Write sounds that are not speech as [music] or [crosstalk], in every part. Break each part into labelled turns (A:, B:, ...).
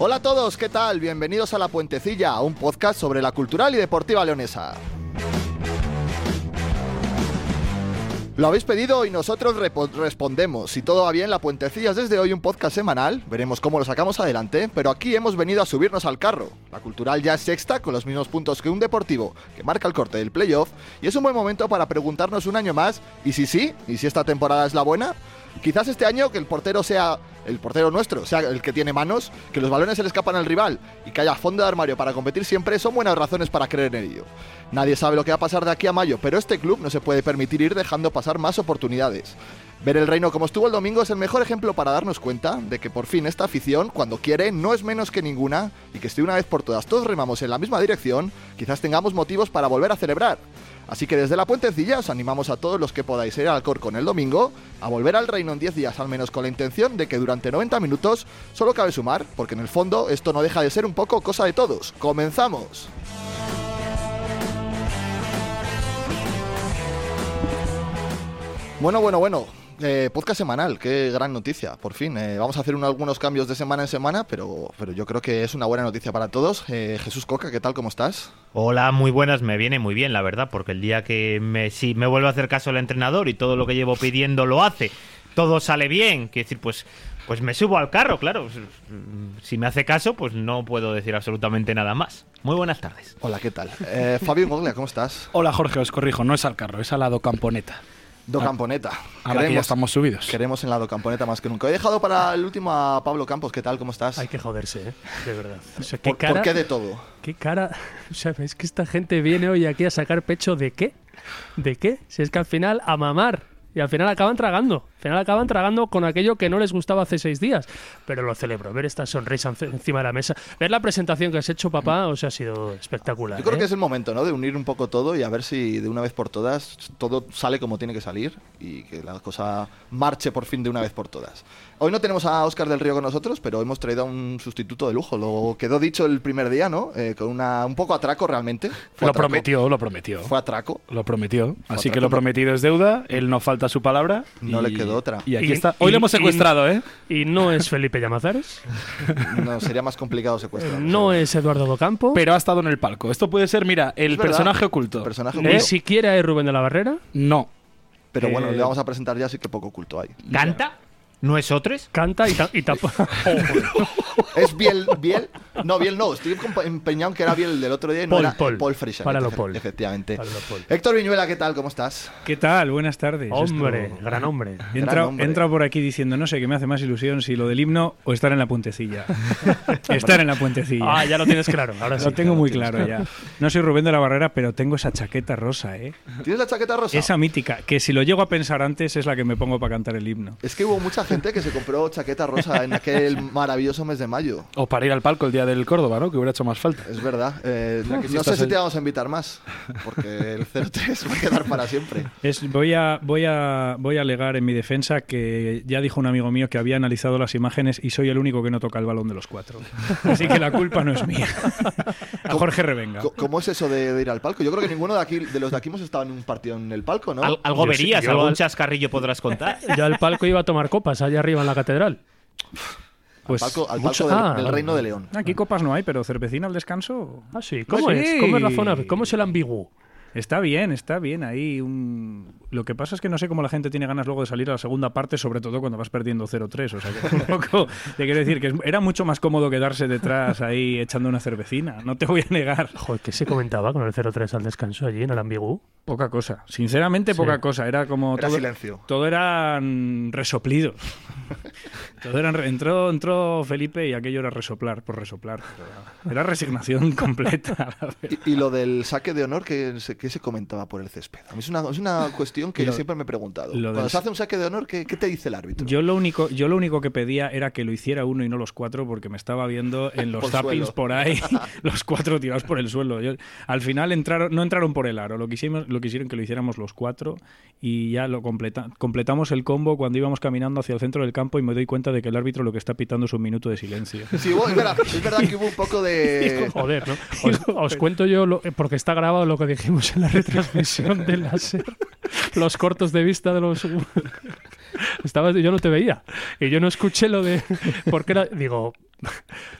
A: Hola a todos, ¿qué tal? Bienvenidos a La Puentecilla, un podcast sobre la cultural y deportiva leonesa. Lo habéis pedido y nosotros repo- respondemos. Si todo va bien, La Puentecilla es desde hoy un podcast semanal, veremos cómo lo sacamos adelante, pero aquí hemos venido a subirnos al carro. La cultural ya es sexta con los mismos puntos que un deportivo, que marca el corte del playoff, y es un buen momento para preguntarnos un año más, y si sí, y si esta temporada es la buena, Quizás este año que el portero sea el portero nuestro, sea el que tiene manos, que los balones se le escapan al rival y que haya fondo de armario para competir siempre son buenas razones para creer en ello. Nadie sabe lo que va a pasar de aquí a mayo, pero este club no se puede permitir ir dejando pasar más oportunidades. Ver el reino como estuvo el domingo es el mejor ejemplo para darnos cuenta de que por fin esta afición, cuando quiere, no es menos que ninguna y que si una vez por todas todos remamos en la misma dirección, quizás tengamos motivos para volver a celebrar. Así que desde la puentecilla os animamos a todos los que podáis ir al Alcorcón el domingo a volver al reino en 10 días al menos con la intención de que durante 90 minutos solo cabe sumar, porque en el fondo esto no deja de ser un poco cosa de todos. ¡Comenzamos! Bueno, bueno, bueno. Eh, podcast semanal, qué gran noticia, por fin. Eh, vamos a hacer un- algunos cambios de semana en semana, pero, pero yo creo que es una buena noticia para todos. Eh, Jesús Coca, ¿qué tal? ¿Cómo estás?
B: Hola, muy buenas, me viene muy bien, la verdad, porque el día que me, si me vuelve a hacer caso el entrenador y todo lo que llevo pidiendo lo hace, todo sale bien, quiero decir, pues, pues me subo al carro, claro. pues, Si me hace caso, pues no puedo decir absolutamente nada más. Muy buenas tardes.
A: Hola, ¿qué tal? Eh, Fabio Moglia, ¿cómo estás?
C: Hola Jorge, os corrijo, no es al carro, es al lado Camponeta.
A: Do
C: Ah,
A: Camponeta.
C: Ahora que ya estamos subidos.
A: Queremos en la Do Camponeta más que nunca. He dejado para el último a Pablo Campos, ¿qué tal? ¿Cómo estás?
D: Hay que joderse, ¿eh? de verdad. O sea, qué
A: ¿Por,
D: cara.
A: por qué de todo?
D: qué cara. O sea, es que esta gente viene hoy aquí a sacar pecho de qué? ¿De qué? Si es que al final a mamar. Y al final acaban tragando. Al final acaban tragando con aquello que no les gustaba hace seis días. Pero lo celebro. Ver esta sonrisa ence- encima de la mesa. Ver la presentación que has hecho, papá, o sea, ha sido espectacular.
A: Yo creo
D: ¿eh?
A: que es el momento, ¿no? De unir un poco todo y a ver si de una vez por todas todo sale como tiene que salir y que la cosa marche por fin de una vez por todas. Hoy no tenemos a Óscar del Río con nosotros, pero hemos traído a un sustituto de lujo. Lo quedó dicho el primer día, ¿no? Eh, con una, un poco atraco realmente. Fue
C: Lo
A: atraco.
C: prometió, lo prometió.
A: Fue atraco.
C: Lo prometió. Así
A: atraco.
C: que lo prometido es deuda, él no falta su palabra.
A: No le quedó otra.
C: Y aquí
D: Y-
C: está. Hoy
D: y-
C: lo hemos
D: y-
C: secuestrado, ¿eh?
D: Y no es
A: [laughs]
D: Felipe Llamazares.
A: No, sería más complicado secuestrar.
D: Eh, no es Eduardo Docampo.
C: Pero ha estado en el palco. Esto puede ser, mira, el
A: Es verdad.
C: personaje oculto.
A: Personaje
D: Ni
A: oculto.
D: siquiera es Rubén de la Barrera.
C: No.
A: Pero bueno,
C: Eh,
A: le vamos a presentar ya, así que poco oculto hay.
B: ¿Canta? ¿No es otros?
D: Canta y, ta-
A: [laughs]
D: y tampoco.
A: ¿Es Biel? Biel? No, Biel no. Estoy compa- empeñado en que era Biel del otro día y no
D: Paul,
A: era
D: Paul.
A: Paul Freixanet,
D: Para lo
A: efe-
D: Paul.
A: Efectivamente.
D: Para lo Paul.
A: Héctor Viñuela, ¿qué tal? ¿Cómo estás?
E: ¿Qué tal? Buenas tardes.
D: Hombre,
E: Esto-
D: gran hombre.
E: He
A: Gran
E: entrado,
A: hombre.
E: he entrado por aquí diciendo, no sé qué me hace más ilusión si lo del himno o estar en
A: [laughs]
E: la puentecilla. estar en la puentecilla.
D: Ah, ya lo tienes claro. Ahora sí.
E: lo tengo muy claro ya. No soy Rubén de la Barrera, pero tengo esa chaqueta rosa, ¿eh?
A: ¿Tienes la chaqueta rosa?
E: Esa mítica, que si lo llego a pensar antes es la que me pongo para cantar el himno.
A: Es que hubo mucha gente que se compró chaqueta rosa en aquel maravilloso mes de mayo.
C: O para ir al palco el día del Córdoba, ¿no? Que hubiera hecho más falta.
A: Es verdad. Eh,
C: La que sí
A: no sé
C: estás
A: si
C: en-
A: te vamos a invitar más, porque el 03 va a quedar para siempre.
E: Es, voy, a, voy, a, voy a alegar en mi defensa que ya dijo un amigo mío que
C: [laughs]
E: había analizado las imágenes y soy el único que no toca el balón de los cuatro. Así que la culpa no es mía.
D: A Jorge Revenga.
A: Co- ¿Cómo es eso de, de ir al palco? Yo creo que ninguno de aquí, de los de aquí hemos estado en un partido en el palco, ¿no?
B: Al- algo
D: Yo sí,
B: verías,
D: yo-
B: algún chascarrillo podrás contar.
F: Yo al palco iba a tomar copas allá arriba en la catedral.
D: Pues,
A: palco, al
D: mucho-
A: palco del,
F: ah.
A: del Reino de León.
D: Aquí copas no hay, pero cervecina al descanso.
F: Ah, sí. ¿Cómo
D: Pues
F: es?
D: sí.
F: ¿Cómo es la zona? ¿Cómo es el ambiguo?
D: Está bien, está bien. Ahí un... Lo que pasa es que no sé cómo la gente tiene ganas luego de salir a la segunda parte, sobre todo cuando vas perdiendo 0-3. O sea, que un poco. [laughs] Te quiero decir que es- era mucho más cómodo quedarse detrás ahí echando una cervecina. No te voy a negar.
F: Joder, ¿qué se comentaba con el 0-3 al descanso allí en el ambiguo?
D: Poca cosa. Sinceramente,
F: Sí.
D: poca cosa. Era como.
A: Era
D: todo,
A: silencio.
D: Todo eran resoplidos. [laughs] todo eran, re- entró, entró Felipe y aquello era resoplar por resoplar. Pero Era resignación [laughs] completa. la verdad.
A: Y, y lo del saque de honor que se, que se comentaba por el césped. A mí es una, es una cuestión que
D: Lo-
A: siempre me he preguntado.
D: lo
A: Cuando
D: del-
A: se hace un saque de honor, ¿qué, qué te dice el árbitro?
D: Yo lo único, yo lo único que pedía era que lo hiciera uno y no los cuatro, porque me estaba viendo en los
A: Por
D: zappings
A: suelo.
D: por ahí, [laughs] los cuatro tirados por el suelo. Yo- al final entraron, no entraron por el aro, lo quisimos, lo quisieron que lo hiciéramos los cuatro y ya lo completa- completamos el combo cuando íbamos caminando hacia el centro del campo y me doy cuenta de que el árbitro lo que está pitando es un minuto de silencio.
A: Sí, hubo- es, verdad, es verdad que hubo un
F: [laughs]
A: poco
D: [laughs]
A: de...
F: Joder, ¿no? Os, os cuento yo, lo- eh, porque está grabado lo que dijimos en la retransmisión del láser, los cortos de vista de los... Estabas, yo no te veía y yo no escuché lo
A: [laughs]
F: de... Porque era, digo,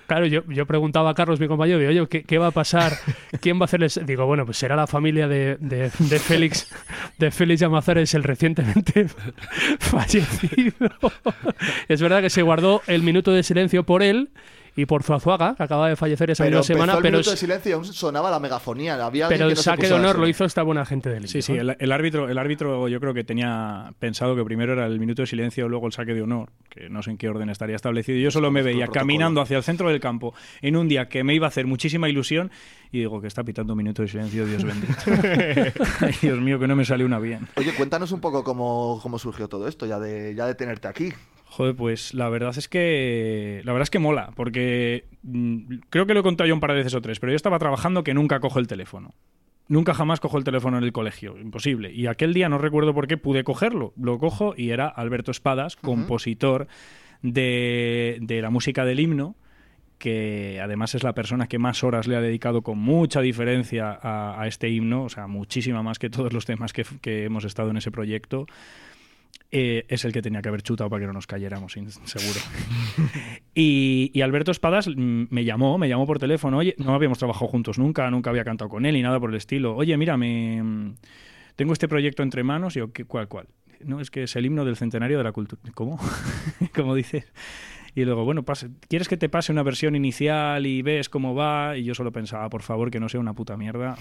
F: claro, yo, yo preguntaba a Carlos, mi compañero, digo, oye, ¿qué, qué va a pasar? ¿Quién va a hacerles? Digo, bueno, pues será la familia de, de- de Félix, de Félix Llamazares, el recientemente [laughs] fallecido. Es verdad que se guardó el minuto de silencio por él y por Zuazuaga, que acaba de fallecer esa
A: Pero
F: misma
A: empezó
F: semana,
A: el
F: pero
A: minuto de silencio y aún sonaba la megafonía. Había alguien
F: pero
A: que
F: el
A: no se
F: saque de
A: puso a
F: honor
A: eso.
F: lo hizo esta buena gente del
D: Sí, sí, el, el árbitro, el árbitro yo creo que tenía pensado que primero era el minuto de silencio, luego el saque de honor, que no sé en qué orden estaría establecido. Yo solo me
A: como
D: veía
A: el protocolo.
D: caminando hacia el centro del campo en un día que me iba a hacer muchísima ilusión y digo que está pitando un minuto de silencio, Dios
A: [laughs]
D: bendito. [laughs] Ay, Dios mío, que no me sale una bien.
A: Oye, cuéntanos un poco cómo, cómo surgió todo esto, ya de, ya de tenerte aquí.
D: Joder, pues la verdad es que la verdad es que mola, porque mm, creo que lo he contado yo un par de veces o tres, pero yo estaba trabajando que nunca cojo el teléfono. Nunca jamás cojo el teléfono en el colegio, imposible. Y aquel día no recuerdo por qué pude cogerlo. Lo cojo y era Alberto Espadas, compositor de, de la música del himno, que además es la persona que más horas le ha dedicado con mucha diferencia a, a este himno, o sea, muchísima más que todos los temas que, que hemos estado en ese proyecto. Eh, es el que tenía que haber chutado para que no nos cayéramos, sin- seguro. [laughs] y, y Alberto Espadas mm, me llamó, me llamó por teléfono. Oye, no habíamos trabajado juntos nunca, nunca había cantado con él y nada por el estilo. Oye, mira, me, mm, tengo este proyecto entre manos. Y yo, "¿Qué- ¿cuál, cuál? No, es que es el himno del centenario de la cultura. [laughs] ¿Cómo? ¿Cómo dices? Y luego, bueno, pase- ¿quieres que te pase una versión inicial y ves cómo va? Y yo solo pensaba, por favor, que no sea una puta mierda. [laughs]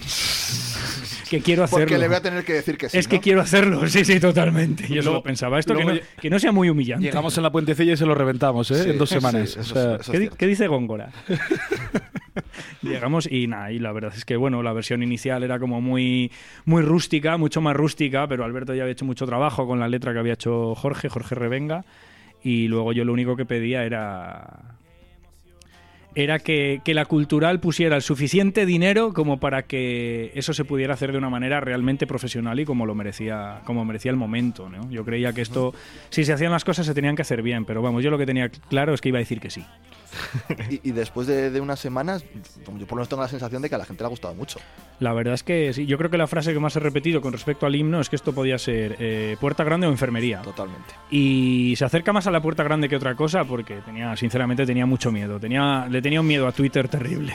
D: que quiero hacerlo.
A: Porque le voy a tener que decir que sí,
D: Es que
A: ¿no?
D: quiero hacerlo, [laughs] sí, sí, totalmente. Yo solo
E: Luego-
D: pensaba esto, que
E: luego
D: no,
E: lle-
D: que no sea muy humillante.
E: Llegamos en la puentecilla y se lo reventamos, ¿eh?
A: Sí,
E: en dos
A: sí,
E: semanas.
A: eso es-
E: O
A: eso
E: sea,
A: es
D: ¿Qué, di-
A: cierto.
D: qué dice Góngora? [laughs] Llegamos y nada, y la verdad es que bueno, la versión inicial era como muy, muy rústica, mucho más rústica, pero Alberto ya había hecho mucho trabajo con la letra que había hecho Jorge, Jorge Revenga, y luego yo lo único que pedía era era que, que la cultural pusiera el suficiente dinero como para que eso se pudiera hacer de una manera realmente profesional y como lo merecía, como merecía el momento, ¿no? Yo creía que esto, si se hacían las cosas, se tenían que hacer bien, pero vamos, yo lo que tenía claro es que iba a decir que sí.
A: Y, y después de, de unas semanas, yo por lo menos tengo la sensación de que a la gente le ha gustado mucho.
D: La verdad es que sí, yo creo que la frase que más he repetido con respecto al himno es que esto podía ser eh, puerta grande o enfermería.
A: Totalmente.
D: Y se acerca más a la puerta grande que otra cosa porque tenía, sinceramente, tenía mucho miedo. Tenía, le tenía un miedo a Twitter terrible.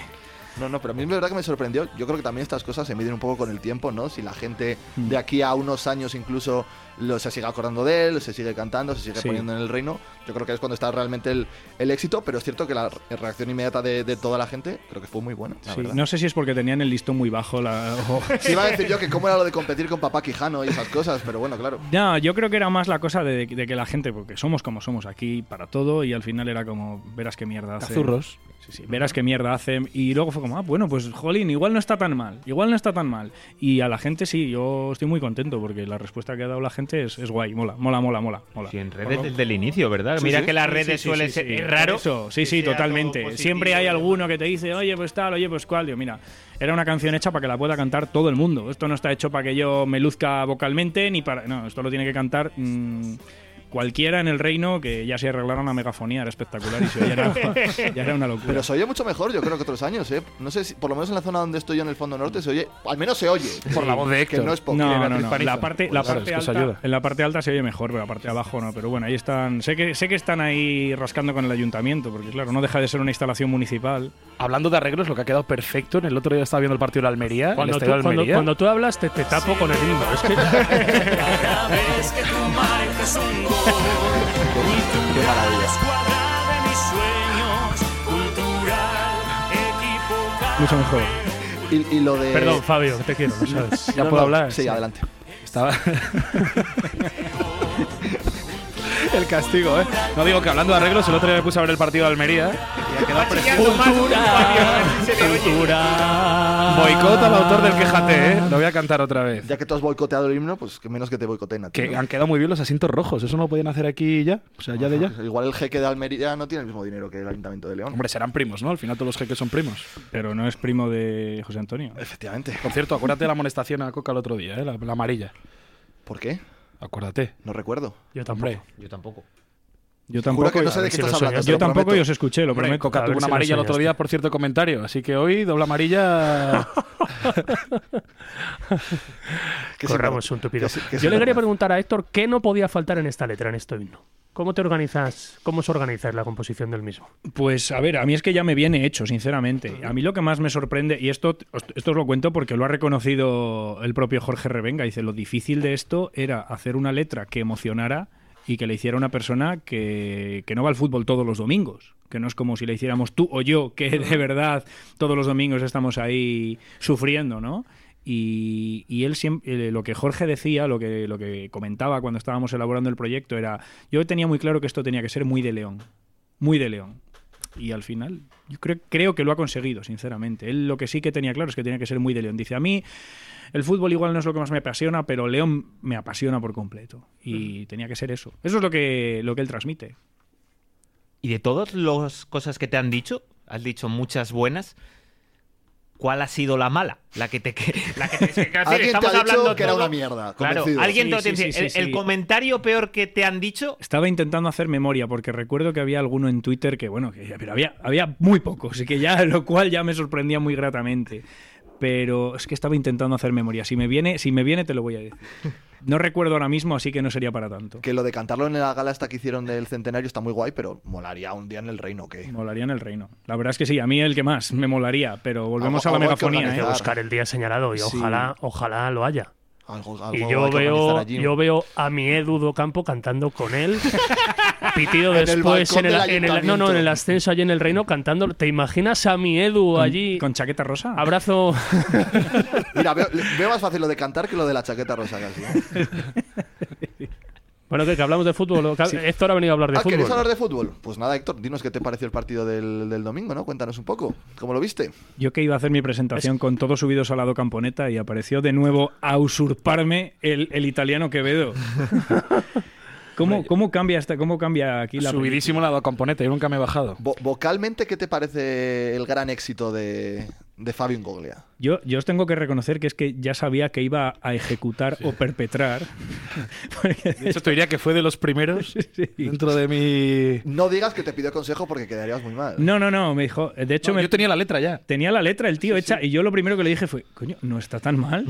A: No, no, pero a mí es verdad que me sorprendió. Yo creo que también estas cosas se miden un poco con el tiempo, ¿no? Si la gente de aquí a unos años incluso lo, se sigue acordando de él, se sigue cantando, se sigue
D: Sí.
A: poniendo en el reino, yo creo que es cuando está realmente el, el éxito, pero es cierto que la re- reacción inmediata de, de toda la gente creo que fue muy buena. la
D: Sí,
A: verdad.
D: no sé si es porque tenían el listón muy bajo. La, [laughs] o-
A: Iba a decir yo que cómo era lo de competir con papá Quijano y esas cosas, pero bueno, claro.
D: No, yo creo que era más la cosa de, de que la gente, porque somos como somos aquí para todo y al final era como, verás qué mierda hace.
E: Cazurros.
D: Sí, sí, verás qué mierda hacen. Y luego fue como, ah, bueno, pues jolín, igual no está tan mal, igual no está tan mal. Y a la gente sí, yo estoy muy contento porque la respuesta que ha dado la gente es, es guay, mola, mola, mola, mola. mola.
B: [laughs] Sí, en redes desde el inicio, ¿verdad?
A: Sí,
B: Mira
A: sí.
B: que las
D: Sí,
B: redes
D: sí, sí,
B: suelen
D: sí,
B: ser
D: sí.
B: es raro.
D: Eso, sí,
B: que
D: sí,
B: sea todo
D: totalmente.
B: positivo,
D: Siempre hay
B: ¿verdad?
D: alguno que te dice, oye, pues tal, oye, pues cual. Digo, mira, era una canción hecha para que la pueda cantar todo el mundo. Esto no está hecho para que yo me luzca vocalmente, ni para. No, esto lo tiene que cantar. mm,
E: cualquiera en el reino que ya se arreglaron la megafonía, era espectacular y se
B: [laughs]
E: oyera- ya era una locura.
A: Pero se oye mucho mejor, yo creo que otros años, ¿eh? No sé si, por lo menos en la zona donde estoy yo, en el fondo norte, se oye. Al menos se oye.
G: Por la voz de
A: Que
G: Héctor.
A: no es poco.
E: no, no, no. La parte, la
C: claro,
E: parte
C: es que eso
E: alta,
C: ayuda.
E: en la parte alta se oye mejor, pero la parte de abajo no. Pero bueno, ahí están. Sé que, sé que están ahí rascando con el ayuntamiento, porque claro, no deja de ser una instalación municipal.
G: Hablando de arreglos, lo que ha quedado perfecto, en el otro día estaba viendo el partido de la Almería, el
D: Cuando tú,
G: Estadio de
D: cuando,
G: Almería.
D: cuando tú hablas, te, te tapo con el himno. Es que
E: Mucho mejor.
A: Y, y lo de.
D: [laughs] Perdón, Fabio, que te quiero, ¿no sabes?
A: No,
D: Ya puedo
A: no,
D: hablar.
A: Sí, adelante.
G: Estaba. [laughs] el castigo, ¿eh? No digo que hablando de arreglos, el otro día me puse a ver el partido de Almería. ¿eh? Y ha quedado precioso. Boicot al autor del quejate, ¿eh? Lo voy a cantar otra vez.
A: Ya que tú has boicoteado el himno, pues que menos que te boicoteen a ti.
G: Que
A: ¿no?
G: han quedado muy bien los asientos rojos. Eso no lo podían hacer aquí ya. O sea, ya de ya.
A: Igual el jeque de Almería no tiene el mismo dinero que el Ayuntamiento de León.
G: Hombre, serán primos, ¿no? Al final todos los jeques son primos.
E: Pero no es primo de José Antonio.
A: Efectivamente.
G: Por cierto, acuérdate de la amonestación a Coca el otro día, ¿eh? La, la amarilla.
A: ¿Por qué?
G: Acuérdate.
A: No recuerdo.
D: Yo tampoco.
G: Hombre,
B: Yo tampoco.
E: Yo
A: Juro
E: tampoco.
A: que no sé de qué
D: si lo
A: estás
D: soy,
A: hablando.
D: yo
A: te
E: yo
A: lo
E: tampoco
A: prometo.
E: y os escuché, lo
G: Hombre,
E: prometo.
G: Coca
D: A
G: tuvo
D: ver
G: una
D: si lo
G: amarilla el otro
D: enseñaste.
G: día por cierto comentario. Así que hoy doble
E: [laughs]
G: amarilla.
A: Que sí,
D: Corramos
A: perdón.
D: un tupido.
A: Que sí, que sí,
D: Yo le quería
A: perdón.
D: preguntar a Héctor qué no podía faltar en esta letra, en este himno. ¿Cómo te organizas? ¿Cómo os organizáis la composición del mismo?
E: Pues a ver, a mí es que ya me viene hecho, sinceramente. A mí lo que más me sorprende, y esto, os- esto os lo cuento porque lo ha reconocido el propio Jorge Revenga, dice, lo difícil de esto era hacer una letra que emocionara y que le hiciera una persona que, que no va al fútbol todos los domingos, que no es como si le hiciéramos tú o yo, que de verdad todos los domingos estamos ahí sufriendo, ¿no? Y, y él siempre, eh, lo que Jorge decía, lo que, lo que comentaba cuando estábamos elaborando el proyecto era, yo tenía muy claro que esto tenía que ser muy de León, muy de León. Y al final, yo creo, creo que lo ha conseguido, sinceramente. Él lo que sí que tenía claro es que tenía que ser muy de León. Dice, a mí el fútbol igual no es lo que más me apasiona, pero León me apasiona por completo. Y tenía que ser eso. Eso es lo que, lo que él transmite.
B: Y de todas las cosas que te han dicho, has dicho muchas buenas. ¿Cuál ha sido la mala? La que te. que- la que te- es que, quiero decir,
A: Alguien te ha
B: estamos
A: dicho
B: hablando
A: que era
B: todo-
A: una mierda.
B: Claro,
A: convencido.
B: alguien te lo
E: Sí,
B: tiene
E: sí,
B: que
E: sí,
B: decir. el,
E: sí,
B: el
E: sí.
B: comentario peor que te han dicho.
E: Estaba intentando hacer memoria porque recuerdo que había alguno en Twitter que, bueno, que, pero había, había muy pocos, y que ya, lo cual ya me sorprendía muy gratamente. Pero es que estaba intentando hacer memoria. Si me viene, si me viene te lo voy a decir. No recuerdo ahora mismo, así que no sería para tanto.
A: Que lo de cantarlo en la gala esta que hicieron del centenario está muy guay, pero molaría un día en el reino que.
E: Molaría en el reino. La verdad es que sí, a mí el que más me molaría, pero volvemos
A: Algo-
E: a la
A: algo hay que
E: megafonía. ¿eh?
A: organizar.
D: Buscar el día señalado y
E: Sí.
D: ojalá, ojalá lo haya.
A: Algo, algo
D: Y
A: hay
D: yo
A: que organizar
D: veo,
A: allí.
D: yo veo a mi Edu do Campo cantando
A: [laughs]
D: con él, pitido
A: En el
D: después
A: balcón
D: en el,
A: del
D: en el- no, no, en el
A: ayuntamiento.
D: ascenso allí en el reino cantando. ¿Te imaginas a mi Edu
E: Con-
D: allí?
E: Con chaqueta rosa. [laughs]
D: Abrazo.
A: Mira, veo, veo más fácil lo de cantar que lo de la chaqueta rosa casi. ¿eh?
D: Bueno, ¿qué? que hablamos de fútbol. ¿o? Que- Héctor ha venido a hablar de
A: Ah,
D: fútbol.
A: ¿queréis hablar de fútbol? Pues nada, Héctor, dinos qué te pareció el partido del, del domingo, ¿no? Cuéntanos un poco. ¿Cómo lo viste?
E: Yo que iba a hacer mi presentación con todos subidos al lado camponeta y apareció de nuevo a usurparme el, el italiano Quevedo. [laughs] ¿Cómo, cómo cambia esta, cómo cambia aquí la
G: Subidísimo lado a componente, yo nunca me he bajado.
A: Vo- vocalmente, ¿qué te parece el gran éxito de, de Fabio Ingoglia?
E: Yo, yo os tengo que reconocer que es que ya sabía que iba a ejecutar o perpetrar. [laughs] Porque-
G: De hecho, te diría que fue de los
E: [laughs]
G: primeros dentro de mi.
A: No digas que te pidió consejo porque quedarías muy mal.
E: no, no, no, me dijo. eh, De hecho,
G: No,
E: me,
G: Yo tenía la letra ya.
E: Tenía la letra el tío hecha y yo lo primero que le dije fue, coño, no está tan
A: [laughs]
E: mal.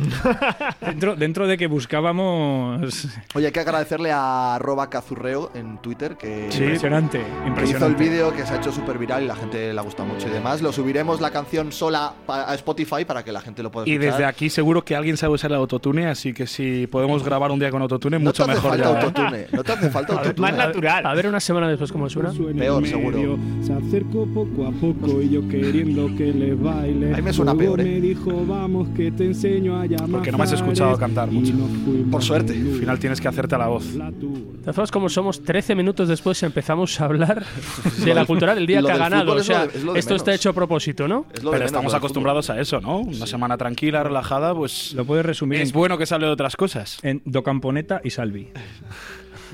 E: dentro, dentro de que buscábamos...
A: Oye, hay que agradecerle a arroba Cazurreo en Twitter que,
E: impresionante,
A: que hizo el
E: impresionante.
A: vídeo que se ha hecho súper viral y la gente le gusta mucho y demás. Lo subiremos la canción sola pa- a Spotify para que la gente lo pueda
G: Y
A: escuchar.
G: desde aquí seguro que alguien sabe usar el autotune, así que si podemos grabar un día con autotune,
A: no
G: mucho
A: te hace
G: mejor
A: falta
G: ya. ¿eh?
A: autotune. No te
G: [laughs]
A: hace falta autotune.
B: Más natural.
D: A ver una semana después cómo suena.
A: Peor, seguro.
H: Se acercó poco a poco y yo queriendo que le baile.
A: Ahí me suena
H: Luego
A: peor, ¿eh?
H: Me dijo, vamos que te enseño a llamar.
G: ¿eh? Porque no me has escuchado cantar
H: Y
G: mucho.
H: nos fuimos
A: Por suerte.
G: Al final tienes que hacerte la voz.
H: la tour.
D: De todas formas, como somos 13 minutos después, empezamos
A: [laughs]
D: a hablar de la cultural el día
A: lo
D: que ha
A: del
D: ganado.
A: fútbol
D: O
A: es lo
D: sea,
A: de- es lo de
D: esto está
A: menos.
D: hecho a propósito, ¿no?
A: Es
G: Pero
A: lo de menos, lo
G: estamos
A: del
G: acostumbrados a eso, ¿no? Una semana tranquila, relajada, pues
E: Lo puedes resumir
G: es
E: en,
G: bueno que sale de otras cosas.
E: en Do Camponeta y Salvi.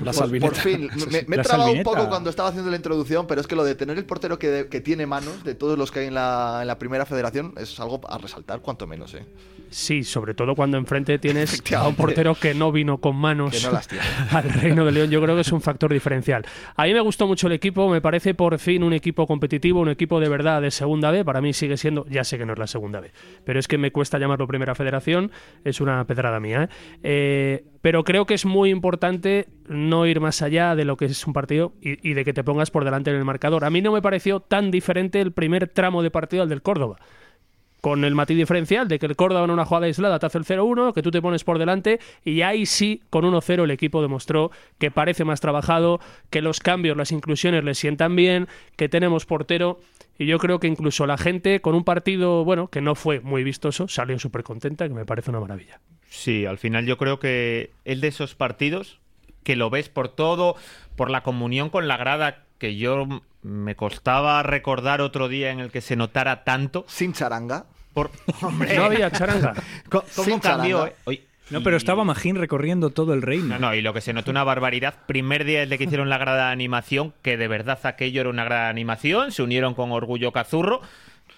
E: La
A: Por-
E: salvineta.
A: Por fin, me, me he
E: La
A: trabado un
E: salvineta.
A: poco cuando estaba haciendo la introducción, pero es que lo de tener el portero que, que tiene manos de todos los que hay en la, en la primera federación es algo a resaltar, cuanto menos, ¿eh?
D: Sí, sobre todo cuando enfrente tienes a un
A: Efectivamente.
D: portero que no vino con manos
A: Que no las tiene.
D: [laughs] al Reino de León. Yo creo que es un factor diferencial. A mí me gustó mucho el equipo, me parece por fin un equipo competitivo, un equipo de verdad de segunda B. Para mí sigue siendo, ya sé que no es la segunda B, pero es que me cuesta llamarlo Primera Federación, es una pedrada mía. ¿eh? Eh, pero creo que es muy importante no ir más allá de lo que es un partido y, y de que te pongas por delante en el marcador. A mí no me pareció tan diferente el primer tramo de partido al del Córdoba con el matiz diferencial de que el Córdoba en una jugada aislada te hace el 0-1, que tú te pones por delante y ahí sí, con 1-0 el equipo demostró que parece más trabajado, que los cambios, las inclusiones le sientan bien, que tenemos portero y yo creo que incluso la gente con un partido, bueno, que no fue muy vistoso, salió súper contenta, que me parece una maravilla.
B: Sí, al final yo creo que es de esos partidos que lo ves por todo, por la comunión con la grada, que yo me costaba recordar otro día en el que se notara tanto.
A: Sin charanga.
E: [laughs]
B: Por... Hombre,
D: No había charanga.
B: ¿Cómo, cómo
A: Sin
B: cambió,
A: charanga.
B: eh? Oye,
E: No, pero estaba Magín recorriendo todo el reino.
B: No, no, y lo que se notó una barbaridad. Primer día desde que hicieron la grada de animación, que de verdad aquello era una grada de animación, se unieron con orgullo Cazurro,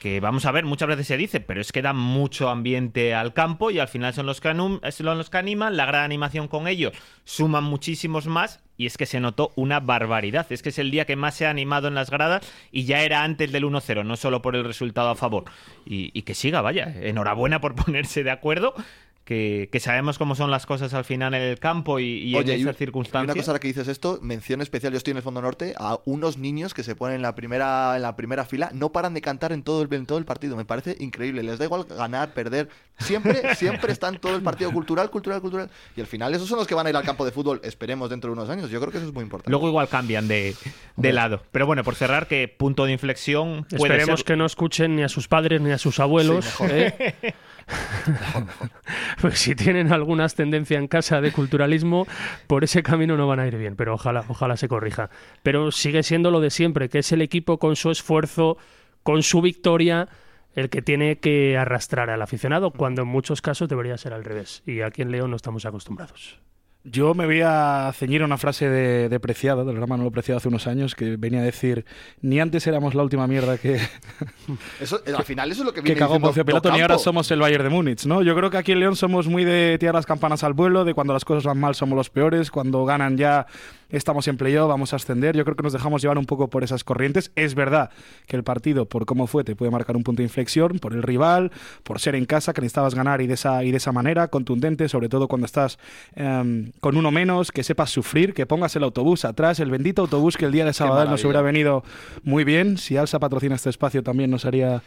B: que vamos a ver, muchas veces se dice, pero es que da mucho ambiente al campo y al final son los que, anum- son los que animan, la grada de animación con ellos suman muchísimos más y es que se notó una barbaridad. Es que es el día que más se ha animado en las gradas y ya era antes del 1-0, no solo por el resultado a favor. Y, y que siga, vaya, enhorabuena por [laughs] ponerse de acuerdo. Que, que sabemos cómo son las cosas al final en el campo y, y en
A: y un-
B: esas circunstancias.
A: y una cosa ahora que dices esto, mención especial, yo estoy en el Fondo Norte, a unos niños que se ponen en la primera, en la primera fila, no paran de cantar en todo, el, en todo el partido, me parece increíble, les da igual ganar, perder, siempre, siempre están todo el partido cultural, cultural, cultural, y al final esos son los que van a ir al campo de fútbol, esperemos dentro de unos años, yo creo que eso es muy importante.
B: Luego igual cambian de, de lado. Pero bueno, por cerrar, que punto de inflexión puede
D: Esperemos
B: ser-
D: que no escuchen ni a sus padres ni a sus abuelos.
A: Sí, mejor.
D: ¿eh? pues si tienen alguna ascendencia en casa de culturalismo, por ese camino no van a ir bien, pero ojalá, ojalá se corrija. Pero sigue siendo lo de siempre, que es el equipo con su esfuerzo, con su victoria, el que tiene que arrastrar al aficionado, cuando en muchos casos debería ser al revés. Y aquí en León no estamos acostumbrados.
C: Yo me voy a ceñir a una frase de, de Preciado, del gran Manolo Preciado hace unos años, que venía a decir, ni antes éramos la última mierda que,
A: Eso, eh, al final eso es lo que
C: que
A: viene
C: cagó
A: diciendo
C: Poncio Pilato, ni
A: Docampo.
C: ahora somos el Bayern de Múnich, ¿no? Yo creo que aquí en León somos muy de tirar las campanas al vuelo, de cuando las cosas van mal somos los peores, cuando ganan ya estamos en playoff, vamos a ascender. Yo creo que nos dejamos llevar un poco por esas corrientes. Es verdad que el partido, por cómo fue, te puede marcar un punto de inflexión, por el rival, por ser en casa, que necesitabas ganar y de esa, y de esa manera, contundente, sobre todo cuando estás em, con uno menos, que sepas sufrir, que pongas el autobús atrás, el bendito autobús que el día de Sabadell nos
A: maravilla.
C: hubiera venido muy bien. Si Alsa patrocina este espacio también nos haría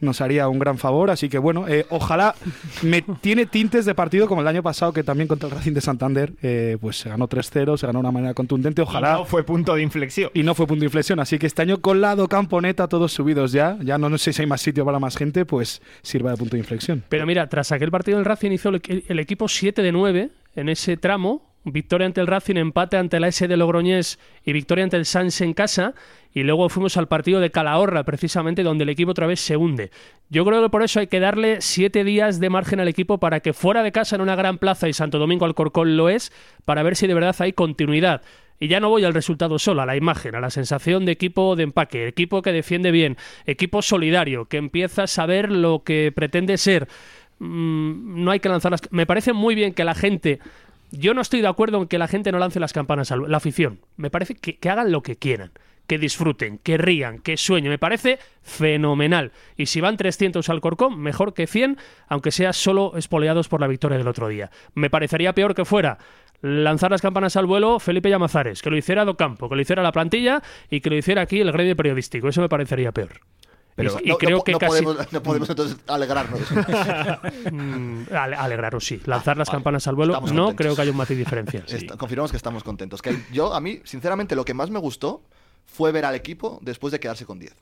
C: nos haría un gran favor. Así que bueno, eh, ojalá me tiene tintes de partido como el año pasado, que también contra el Racing de Santander, eh, pues se ganó 3-0, se ganó de una manera contundente.
B: Y
C: Ojalá.
B: no fue punto de inflexión.
C: Y no fue punto de inflexión, así que este año con lado camponeta, todos subidos ya, ya no, no sé si hay más sitio para más gente, pues sirva de punto de inflexión.
D: Pero mira, tras aquel partido el Racing hizo el, el equipo 7 de 9 en ese tramo. Victoria ante el Racing, empate ante la S de Logroñés y victoria ante el Sans en casa. Y luego fuimos al partido de Calahorra, precisamente, donde el equipo otra vez se hunde. Yo creo que por eso hay que darle siete días de margen al equipo para que fuera de casa en una gran plaza y Santo Domingo Alcorcón lo es, para ver si de verdad hay continuidad. Y ya no voy al resultado solo, a la imagen, a la sensación de equipo de empaque, equipo que defiende bien, equipo solidario, que empieza a saber lo que pretende ser. Mm, no hay que lanzar las... Me parece muy bien que la gente... Yo no estoy de acuerdo en que la gente no lance las campanas, al- la afición. Me parece que, que hagan lo que quieran, que disfruten, que rían, que sueñen. Me parece fenomenal. Y si van 300 al Corcón, mejor que 100, aunque sea solo espoleados por la victoria del otro día. Me parecería peor que fuera lanzar las campanas al vuelo Felipe Llamazares, que lo hiciera Docampo, que lo hiciera la plantilla y que lo hiciera aquí el gremio periodístico. Eso me parecería peor.
A: Pero
D: y y
A: no- no
D: creo
A: po-
D: que
A: no
D: casi
A: podemos, no podemos entonces alegrarnos.
D: Mm, ale- alegraros, sí. Lanzar las
A: Ah, vale.
D: campanas al vuelo,
A: Estamos
D: no
A: contentos.
D: creo que haya un matiz
A: [laughs]
D: diferencial.
A: Está- confirmamos que estamos contentos. Que yo, a mí, sinceramente, lo que más me gustó fue ver al equipo después de quedarse con 10.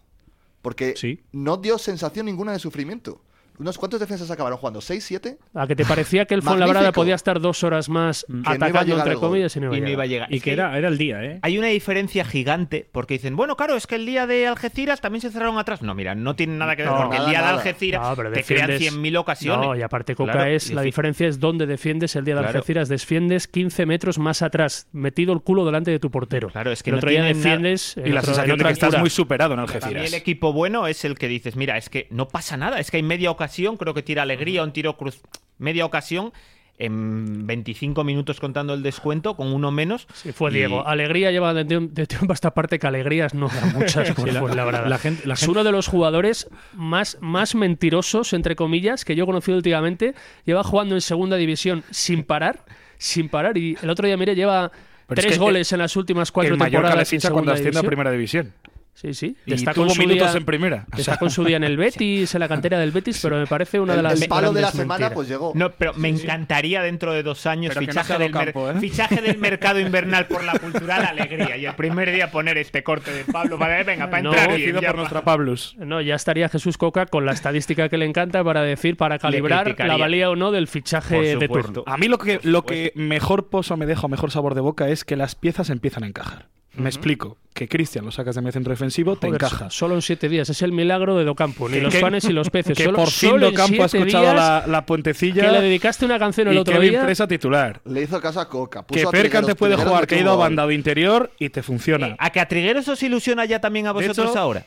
A: Porque
E: Sí.
A: no dio sensación ninguna de sufrimiento. ¿Unos cuántos defensas acabaron jugando? ¿6, 7?
D: A que te parecía
A: [laughs]
D: que el Fuenlabrada
A: Magnífico.
D: podía estar dos horas más
A: iba a
D: atacando,
A: llegar
D: entre
A: el gol.
D: comillas, y no iba a
B: Y no
D: llegar.
B: iba a llegar.
E: Y
B: Es
E: que era, era el día, ¿eh?
B: Hay una diferencia gigante porque dicen, bueno, claro, es que el día de Algeciras también se cerraron atrás. No, mira, no tiene nada que ver
D: No,
B: porque el
A: nada,
B: día de
A: nada.
B: Algeciras
D: No, pero
B: te crean
D: defiendes-
B: 100.000 ocasiones.
D: No, y aparte Coca
B: Claro,
D: es, la
B: defi-
D: diferencia es dónde defiendes el día de
B: Claro.
D: Algeciras, defiendes 15 metros más atrás, metido el culo delante de tu portero.
B: Claro, es que
D: el
B: no
D: otro día
B: tiene nada-
D: defiendes el
C: Y la
D: otro- el
C: sensación de
D: otro
C: que estás
D: día-
C: muy superado en
B: Para mí
C: Algeciras.
B: el equipo bueno es el que dices, mira, es que no pasa nada, es que hay media ocasión, creo que tira alegría, un tiro cruz, media ocasión en 25 minutos contando el descuento con uno menos.
D: Sí, fue
B: Y-
D: Diego. Alegría lleva de tiemp- de tiempo a esta parte que alegrías no da [laughs] muchas como
E: la-
D: Fuenlabrada.
E: la gente- la
D: Es
E: gente-
D: uno de los jugadores más, más mentirosos, entre comillas, que yo he conocido últimamente. Lleva jugando en segunda división sin parar, sin parar. Y el otro día, mire, lleva
C: Pero es que
D: tres goles en las últimas cuatro
C: el Mallorca le
D: temporadas en
C: ficha cuando
D: segunda
C: asciende a
D: división.
C: Primera División.
D: Sí, sí.
C: Y
D: Destacó en
C: tuvo
D: su
C: minutos
D: día-
C: en Primera. O sea,
D: Destacó en
C: [laughs]
D: su día en el Betis, en la cantera del Betis, pero me parece una de
A: El,
D: las
A: el palo de la
D: grandes
A: semana
D: mentiras.
A: pues llegó.
B: No, pero me encantaría dentro de dos años
C: Pero que no
B: fichaje,
C: sea
B: del mer-
C: Docampo, ¿eh? [laughs]
B: fichaje del mercado invernal por la cultural alegría. Y el primer día poner este corte de Pablo para venga, para
D: No,
B: entrar bien,
C: Decido
B: ya
C: por
B: va.
C: nuestra Pablus.
D: No, ya estaría Jesús Coca con la estadística que le encanta para decir, para calibrar
B: criticaría.
D: la valía o no del
B: Por
D: fichaje de
B: supuesto. Ah,
D: turno.
C: A mí lo que, lo que mejor pozo me deja, o mejor sabor de boca, es que las piezas empiezan a encajar. Me explico. Que Cristian lo sacas de medio centro defensivo, te
D: Joder,
C: encaja.
D: Solo en siete días. Es el milagro de Docampo. Ni
C: Que-
D: los
C: que-
D: panes y los peces.
C: Que
D: solo,
C: por fin
D: solo en
C: Docampo ha
D: siete
C: escuchado
D: días
C: la, la puentecilla
D: Que le dedicaste una canción el
C: y
D: otro
C: Kevin
D: día.
C: Presa titular.
A: Le hizo caso a Coca. puso
C: Que
A: a
C: Percan
A: Trigueros
C: te puede
A: primero,
C: jugar,
A: metió
C: que ha
A: un
C: ido a
A: gol.
C: bandado interior y te funciona.
B: ¿A que a Trigueros os ilusiona ya también a vosotros
C: hecho,
B: ahora?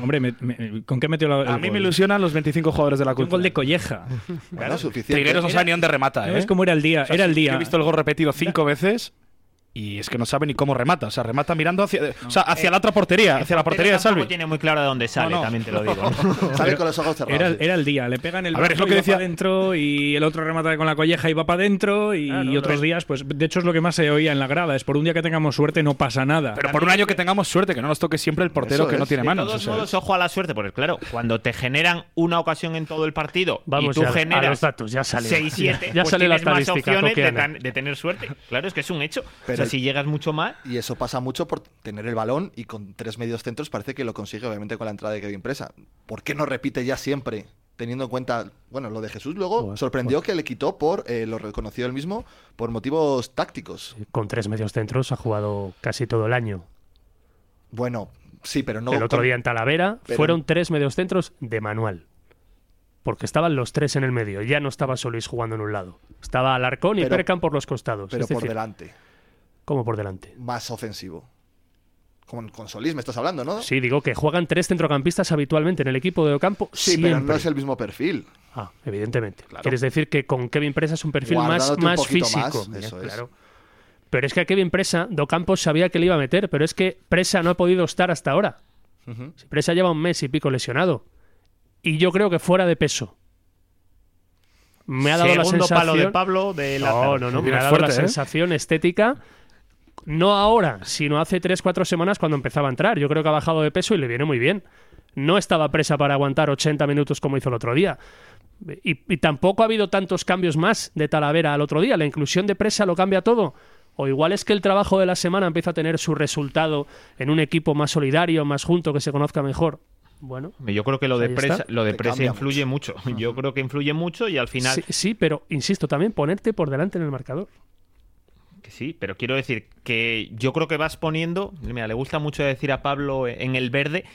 E: Hombre, me- me- ¿con qué metió la, el
C: A mí me
E: gol?
C: ilusionan los 25 jugadores de la
E: Un
C: cultura.
E: gol
C: [laughs]
E: de colleja.
A: Bueno, suficiente.
C: Trigueros no sabe ni dónde remata,
E: ¿No
C: ¿eh?
E: ¿Ves cómo era el día?
C: O sea,
E: era el
C: sí,
E: día.
C: He visto el gol repetido
A: [laughs]
C: cinco veces y es que no sabe ni cómo remata. O sea, remata mirando hacia, o sea, hacia la otra portería, hacia la portería de
B: Tampoco
C: Salvi.
B: tiene muy claro de dónde sale,
C: No, no.
B: también te
C: [laughs]
B: lo digo.
A: Sale con los ojos cerrados.
E: Era, era el día, le pegan el
C: A ver, es lo
E: brazo y
C: que
E: va
C: decía-
E: pa' dentro y el otro remata con la colleja y va para adentro y,
D: Claro,
E: otros
D: lo-
E: días, pues de hecho es lo que más se oía en la grada, es por un día que tengamos suerte no pasa nada.
C: Pero por un año que tengamos suerte, que no nos toque siempre el portero
A: Eso
C: que no
A: es.
C: tiene
A: De
C: manos.
B: De
C: o
B: todos
C: sea,
B: modos, ojo a la suerte, porque claro, cuando te generan una ocasión en todo el partido
D: Vamos
B: y tú
D: ya, a
B: generas
D: los datos, ya sale.
B: 6-7,
D: [laughs] Ya
B: pues
D: sale la
B: tienes más
D: estadística,
B: opciones de,
D: Coquiana.
B: tan- de tener suerte. Claro, es que es un hecho. o
A: Pero-
B: sea, si llegas mucho más,
A: Y eso pasa mucho por tener el balón y con tres medios centros parece que lo consigue, obviamente, con la entrada de Kevin Presa. ¿Por qué no repite ya siempre? Teniendo en cuenta, bueno, lo de Jesús luego sorprendió que le quitó por, eh, lo reconoció él mismo, por motivos tácticos.
D: Con tres medios centros ha jugado casi todo el año.
A: Bueno, sí, pero no.
D: el otro
A: con-
D: día en Talavera
A: pero-
D: fueron tres mediocentros de manual. Porque estaban los tres en el medio. Ya no estaba Solís jugando en un lado. Estaba Alarcón y
A: Pero-
D: Perkan por los costados.
A: Pero
D: es
A: por
D: decir,
A: delante,
D: ¿Cómo por delante?
A: más ofensivo. Con, con Solís me estás hablando, ¿no?
D: Sí, digo que juegan tres centrocampistas habitualmente en el equipo de Ocampo.
A: Sí,
D: siempre.
A: pero no es el mismo perfil.
D: Ah, evidentemente. Quieres decir que con Kevin Presa es un perfil
A: Guardándote
D: más,
A: un
D: más
A: poquito
D: físico.
A: más,
D: Mira,
A: eso es.
D: claro. Pero es que a Kevin Presa, Docampo sabía que le iba a meter, pero es que Presa no ha podido estar hasta ahora. Si Presa lleva un mes y pico lesionado. Y yo creo que fuera de peso. Me ha dado
B: segundo
D: la sensación.
B: palo de Pablo de la
D: No, no, no. Me
C: Mira,
D: ha dado
C: fuerte,
D: la
C: ¿eh?
D: sensación estética. No ahora, sino hace 3-4 semanas cuando empezaba a entrar. Yo creo que ha bajado de peso y le viene muy bien. No estaba presa para aguantar 80 minutos como hizo el otro día. Y, y tampoco ha habido tantos cambios más de Talavera al otro día. La inclusión de presa lo cambia todo. O igual es que el trabajo de la semana empieza a tener su resultado en un equipo más solidario, más junto, que se conozca mejor. Bueno,
B: Yo creo que lo de
D: Ahí
B: presa,
D: está.
B: lo de
A: Te
B: presa
A: cambia
B: influye mucho. Yo creo que influye mucho y al final
D: sí, sí, pero insisto, también ponerte por delante en el marcador.
B: Que sí, pero quiero decir que yo creo que vas poniendo, mira, le gusta mucho decir a Pablo eh, en el verde,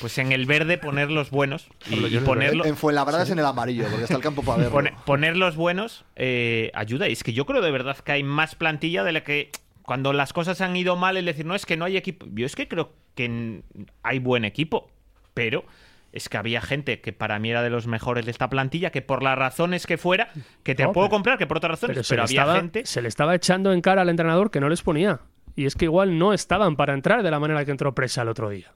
B: pues en el verde poner los buenos y, y ponerlo,
A: En Fuenlabrada es en el amarillo, porque está el campo
D: [laughs]
A: para verlo.
B: pone- poner los buenos eh, ayuda. Y es que yo creo de verdad que hay más plantilla de la que cuando las cosas han ido mal, el decir, no, es que no hay equipo. Yo es que creo que n- hay buen equipo, pero es que había gente que para mí era de los mejores de esta plantilla, que por las razones que fuera, que te
D: No,
B: puedo
D: pero-
B: comprar, que por otras razones, pero,
D: se, le
B: había
D: estaba,
B: gente...
D: se le estaba echando en cara al entrenador que no les ponía. Y es que igual no estaban para entrar de la manera que entró presa el otro día.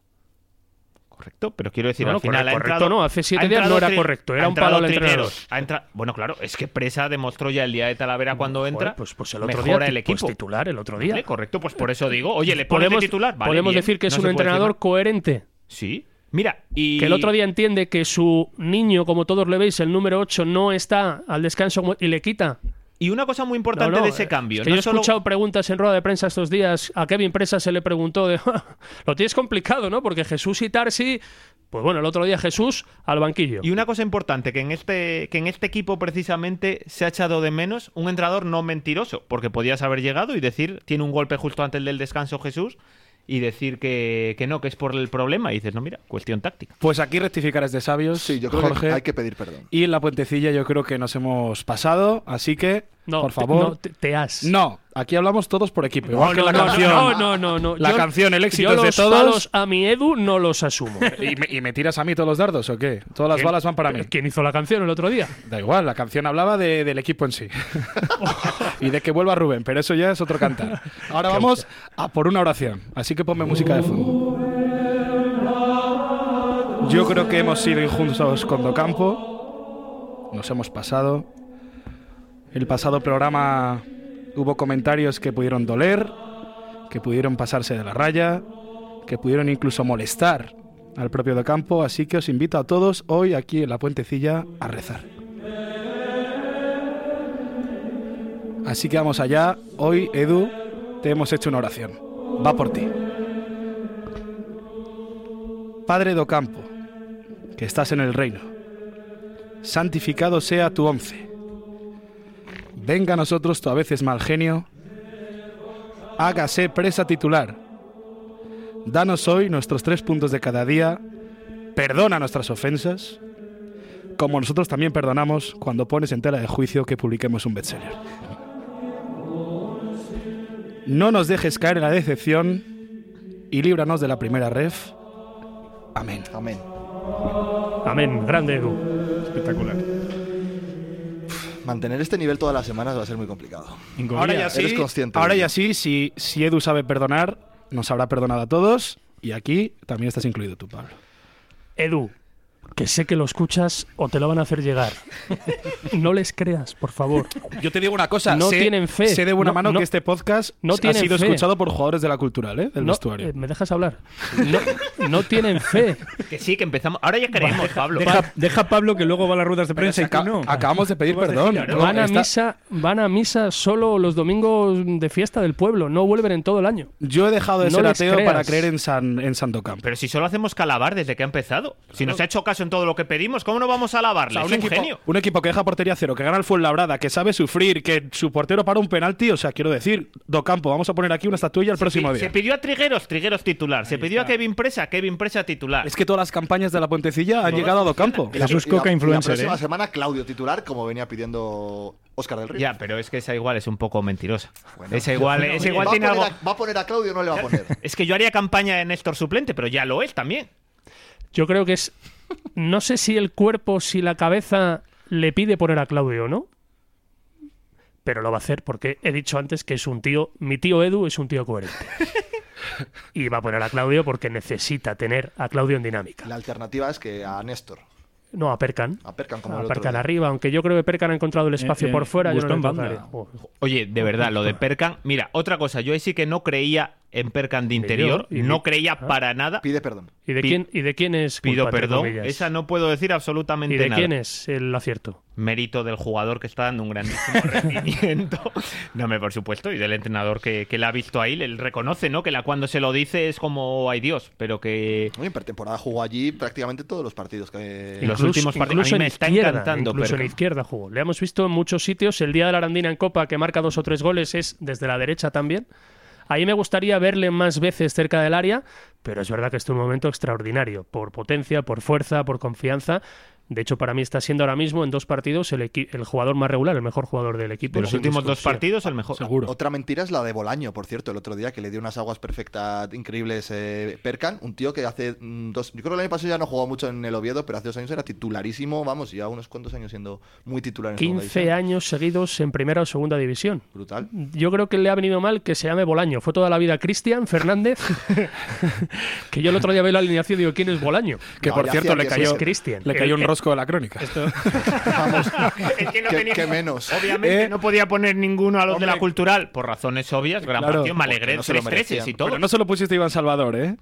B: Correcto, pero quiero decir,
D: No,
B: al
D: no,
B: final
D: correcto,
B: ha
D: correcto
B: entrado-
D: no, hace siete
B: ha
D: días no
B: entrado
D: era
B: Tri-
D: correcto, era
B: ha
D: un palo
B: entrado
D: al entrenador.
B: Trineros, ha entra- Bueno, claro, es que Presa demostró ya el día de Talavera cuando entra,
D: Joder, pues, pues el otro
B: mejora
D: día,
B: el
D: pues
B: equipo.
D: titular el otro día. Eh,
B: Vale, correcto, pues por eso digo, oye, le pones de
D: podemos
B: titular. Vale,
D: podemos
B: bien,
D: decir que es
B: no
D: un
B: se puede decir
D: entrenador
B: nada.
D: coherente,
B: Sí. Mira, y
D: que el otro día entiende que su niño, como todos le veis, el número 8, no está al descanso como- y le quita.
B: Y una cosa muy importante
D: No, no,
B: de ese
D: es
B: cambio.
D: que
B: no
D: yo he
B: solo-
D: escuchado preguntas en rueda de prensa estos días. A Kevin Presa se le preguntó de. Lo tienes complicado, ¿no? Porque Jesús y Tarsi. Pues bueno, el otro día Jesús al banquillo.
B: Y una cosa importante, que en este, que en este equipo precisamente se ha echado de menos un entrenador no mentiroso, porque podías haber llegado y decir, tiene un golpe justo antes del descanso Jesús, y decir que, que no, que es por el problema, y dices, no, mira, cuestión táctica.
C: Pues aquí rectificar es de sabios.
A: Sí, yo creo
C: Jorge.
A: que hay que pedir perdón.
C: Y en la puentecilla yo creo que nos hemos pasado, así que,
D: No,
C: por
D: te- no,
C: favor.
D: te, te has.
C: No, aquí hablamos todos por equipo.
D: No,
C: Igual que
D: no,
C: la
D: no,
C: canción.
D: no, no, no, no.
C: La canción, el éxito
D: yo
C: es de
D: los
C: todos.
D: palos a mi Edu no
C: [laughs]
D: los asumo.
C: ¿Y, me, y me tiras a mí todos los dardos o qué? Todas las
D: ¿Quién-
C: balas van para mí.
D: ¿Quién hizo la canción el otro día?
C: Da igual, la canción hablaba de- del equipo en sí. [laughs] y de que vuelva Rubén, pero eso ya es otro cantar. Ahora vamos a por una oración, así que ponme música de fondo. Yo creo que hemos sido injustos con Docampo. Nos hemos pasado. El pasado programa hubo comentarios que pudieron doler, que pudieron pasarse de la raya, que pudieron incluso molestar al propio Docampo, así que os invito a todos hoy aquí en la puentecilla a rezar. Así que vamos allá. Hoy, Edu, te hemos hecho una oración. Va por ti. Padre Docampo, que estás en el reino, santificado sea tu once. Venga a nosotros tu a veces mal genio. Hágase presa titular. Danos hoy nuestros tres puntos de cada día. Perdona nuestras ofensas, como nosotros también perdonamos cuando pones en tela de juicio que publiquemos un bestseller. No nos dejes caer en la decepción y líbranos de la primera ref. Amén.
A: Amén.
D: Amén, grande Edu.
E: Espectacular.
A: Mantener este nivel todas las semanas va a ser muy complicado.
E: Incomiable.
C: Ahora ya
A: Eres
C: sí,
A: consciente,
C: ahora
A: Edu.
C: ya sí si, si Edu sabe perdonar, nos habrá perdonado a todos. Y aquí también estás incluido tú, Pablo.
D: Edu, que sé que lo escuchas o te lo van a hacer llegar. [laughs] No les creas, por favor.
C: Yo te digo una cosa.
D: No
C: sé,
D: tienen fe.
C: Sé de buena
D: No,
C: mano
D: no.
C: que este podcast
D: No
C: ha
D: tienen
C: sido
D: fe.
C: escuchado por jugadores de la cultural, ¿eh? Del
D: no,
C: vestuario.
D: eh, ¿Me dejas hablar? No, no
C: [laughs]
D: tienen fe.
B: Que sí, que empezamos. Ahora ya queremos, Pablo.
E: Deja, deja Pablo que luego va a las ruedas de
C: Pero
E: prensa
C: si
E: y tú
C: aca-
E: no.
C: Acabamos de pedir
E: Tú vas de
C: perdón.
E: gira, ¿no?
C: Ro-
D: Van a,
C: está-
D: misa, van a misa solo los domingos de fiesta del pueblo. No vuelven en todo el año.
C: Yo he dejado de
D: No
C: ser
D: les
C: ateo
D: creas.
C: para creer en San en Santocampo.
B: Pero si solo hacemos calabar desde que ha empezado. Si nos ha hecho caso en todo lo que pedimos, ¿cómo no vamos a alabarle?
C: O sea,
B: Es
C: un,
B: un
C: equipo,
B: genio.
C: un equipo que deja portería cero, que gana el Fuenlabrada, que sabe sufrir, que su portero para un penalti. O sea, quiero decir, Docampo, vamos a poner aquí una estatuilla el próximo
B: Sí, Se
C: día.
B: pidió a Trigueros, Trigueros titular. Se pidió a Kevin Presa, Kevin Presa titular.
C: Es que todas las campañas de la puentecilla han llegado a Docampo.
A: Y la-
E: Jesús
A: y la-
E: Coca
A: y
E: influencer,
A: La próxima
E: ¿eh?
A: semana, Claudio titular, como venía pidiendo Oscar del Río.
B: Ya, pero es que esa igual es un poco mentirosa.
A: Bueno.
B: esa igual, esa igual
A: ¿Va, a
B: tiene
A: poner
B: algo.
A: a, ¿Va a poner a Claudio o no le va a poner?
B: Es que yo haría campaña de Néstor suplente, pero ya lo es también.
D: Yo creo que es. No sé si el cuerpo, si la cabeza le pide poner a Claudio o no. Pero lo va a hacer porque he dicho antes que es un tío. Mi tío Edu es un tío coherente. Y va a poner a Claudio porque necesita tener a Claudio en dinámica.
A: La alternativa es que a Néstor,
D: No, a Percan.
A: a Perkan como
D: A
A: el otro
D: Perkan
A: día.
D: arriba, aunque yo creo que Percan ha encontrado el espacio
E: eh,
D: por fuera. Yo
E: gustó
D: no
E: en
D: le
E: banda.
D: tocaría. Oh,
B: Oye, de verdad, lo de Perkan. Mira, otra cosa, yo ahí sí que no creía en Perkan de interior,
D: yo, y
B: no
D: mi-
B: creía para nada.
A: Pide perdón.
D: ¿Y de,
B: Pi-
D: quién, ¿Y de quién es
B: Pido
D: culpa, entre
B: perdón,
D: comillas?
B: esa no puedo decir absolutamente
D: ¿Y de
B: nada.
D: quién es el acierto?
B: Mérito del jugador que está dando
C: [laughs]
B: un grandísimo rendimiento. No, me por supuesto, y del entrenador que, que la ha visto ahí, él reconoce, ¿no? Que la cuando se lo dice es como, ay Dios, pero que
A: Oye, en pretemporada jugó allí prácticamente todos los partidos. Que...
B: Y los últimos partidos-
D: incluso
B: a mí
D: en
B: me está
D: izquierda,
B: encantando,
D: Incluso en
B: Perkan.
D: izquierda jugó. Le hemos visto en muchos sitios. El día de la Arandina en Copa, que marca dos o tres goles, es desde la derecha también. Ahí me gustaría verle más veces cerca del área, pero es verdad que este es un momento extraordinario, por potencia, por fuerza, por confianza. De hecho, para mí está siendo ahora mismo en dos partidos el, equi- el jugador más regular, el mejor jugador del equipo.
B: de los
D: sin
B: últimos dos
D: discusión.
B: partidos el mejor.
C: Seguro.
A: Otra mentira es la de Bolaño, por cierto, el otro día que le dio unas aguas perfectas increíbles eh, Perkan, un tío que hace mm, dos, yo creo que el año pasado ya no jugó mucho en el Oviedo, pero hace dos años era titularísimo, vamos, ya unos cuantos años siendo muy titular en segunda
D: 15
A: división.
D: años seguidos en primera o segunda división.
A: Brutal.
D: Yo creo que le ha venido mal que se llame Bolaño. Fue toda la vida
C: [laughs]
D: Cristian Fernández. que yo el otro día veo la alineación y digo, ¿quién es Bolaño?
C: Que
A: No,
C: por
A: ya
C: cierto
A: hacía
C: le
A: que
C: cayó,
A: fuese
D: Cristian.
C: le cayó
D: El-
C: un rosco de la crónica.
A: Vamos,
B: [laughs] Es que no
A: ¿Qué-
B: tenía-
A: qué menos?
B: Obviamente
C: Eh,
B: no podía poner ninguno a los de la
C: hombre.
B: cultural, por razones obvias, gran
C: Claro,
B: partido, me
A: porque
B: alegré,
A: no se lo
B: tres treses
A: merecían.
B: y todo.
C: Pero no se lo pusiste a Iván Salvador, ¿eh?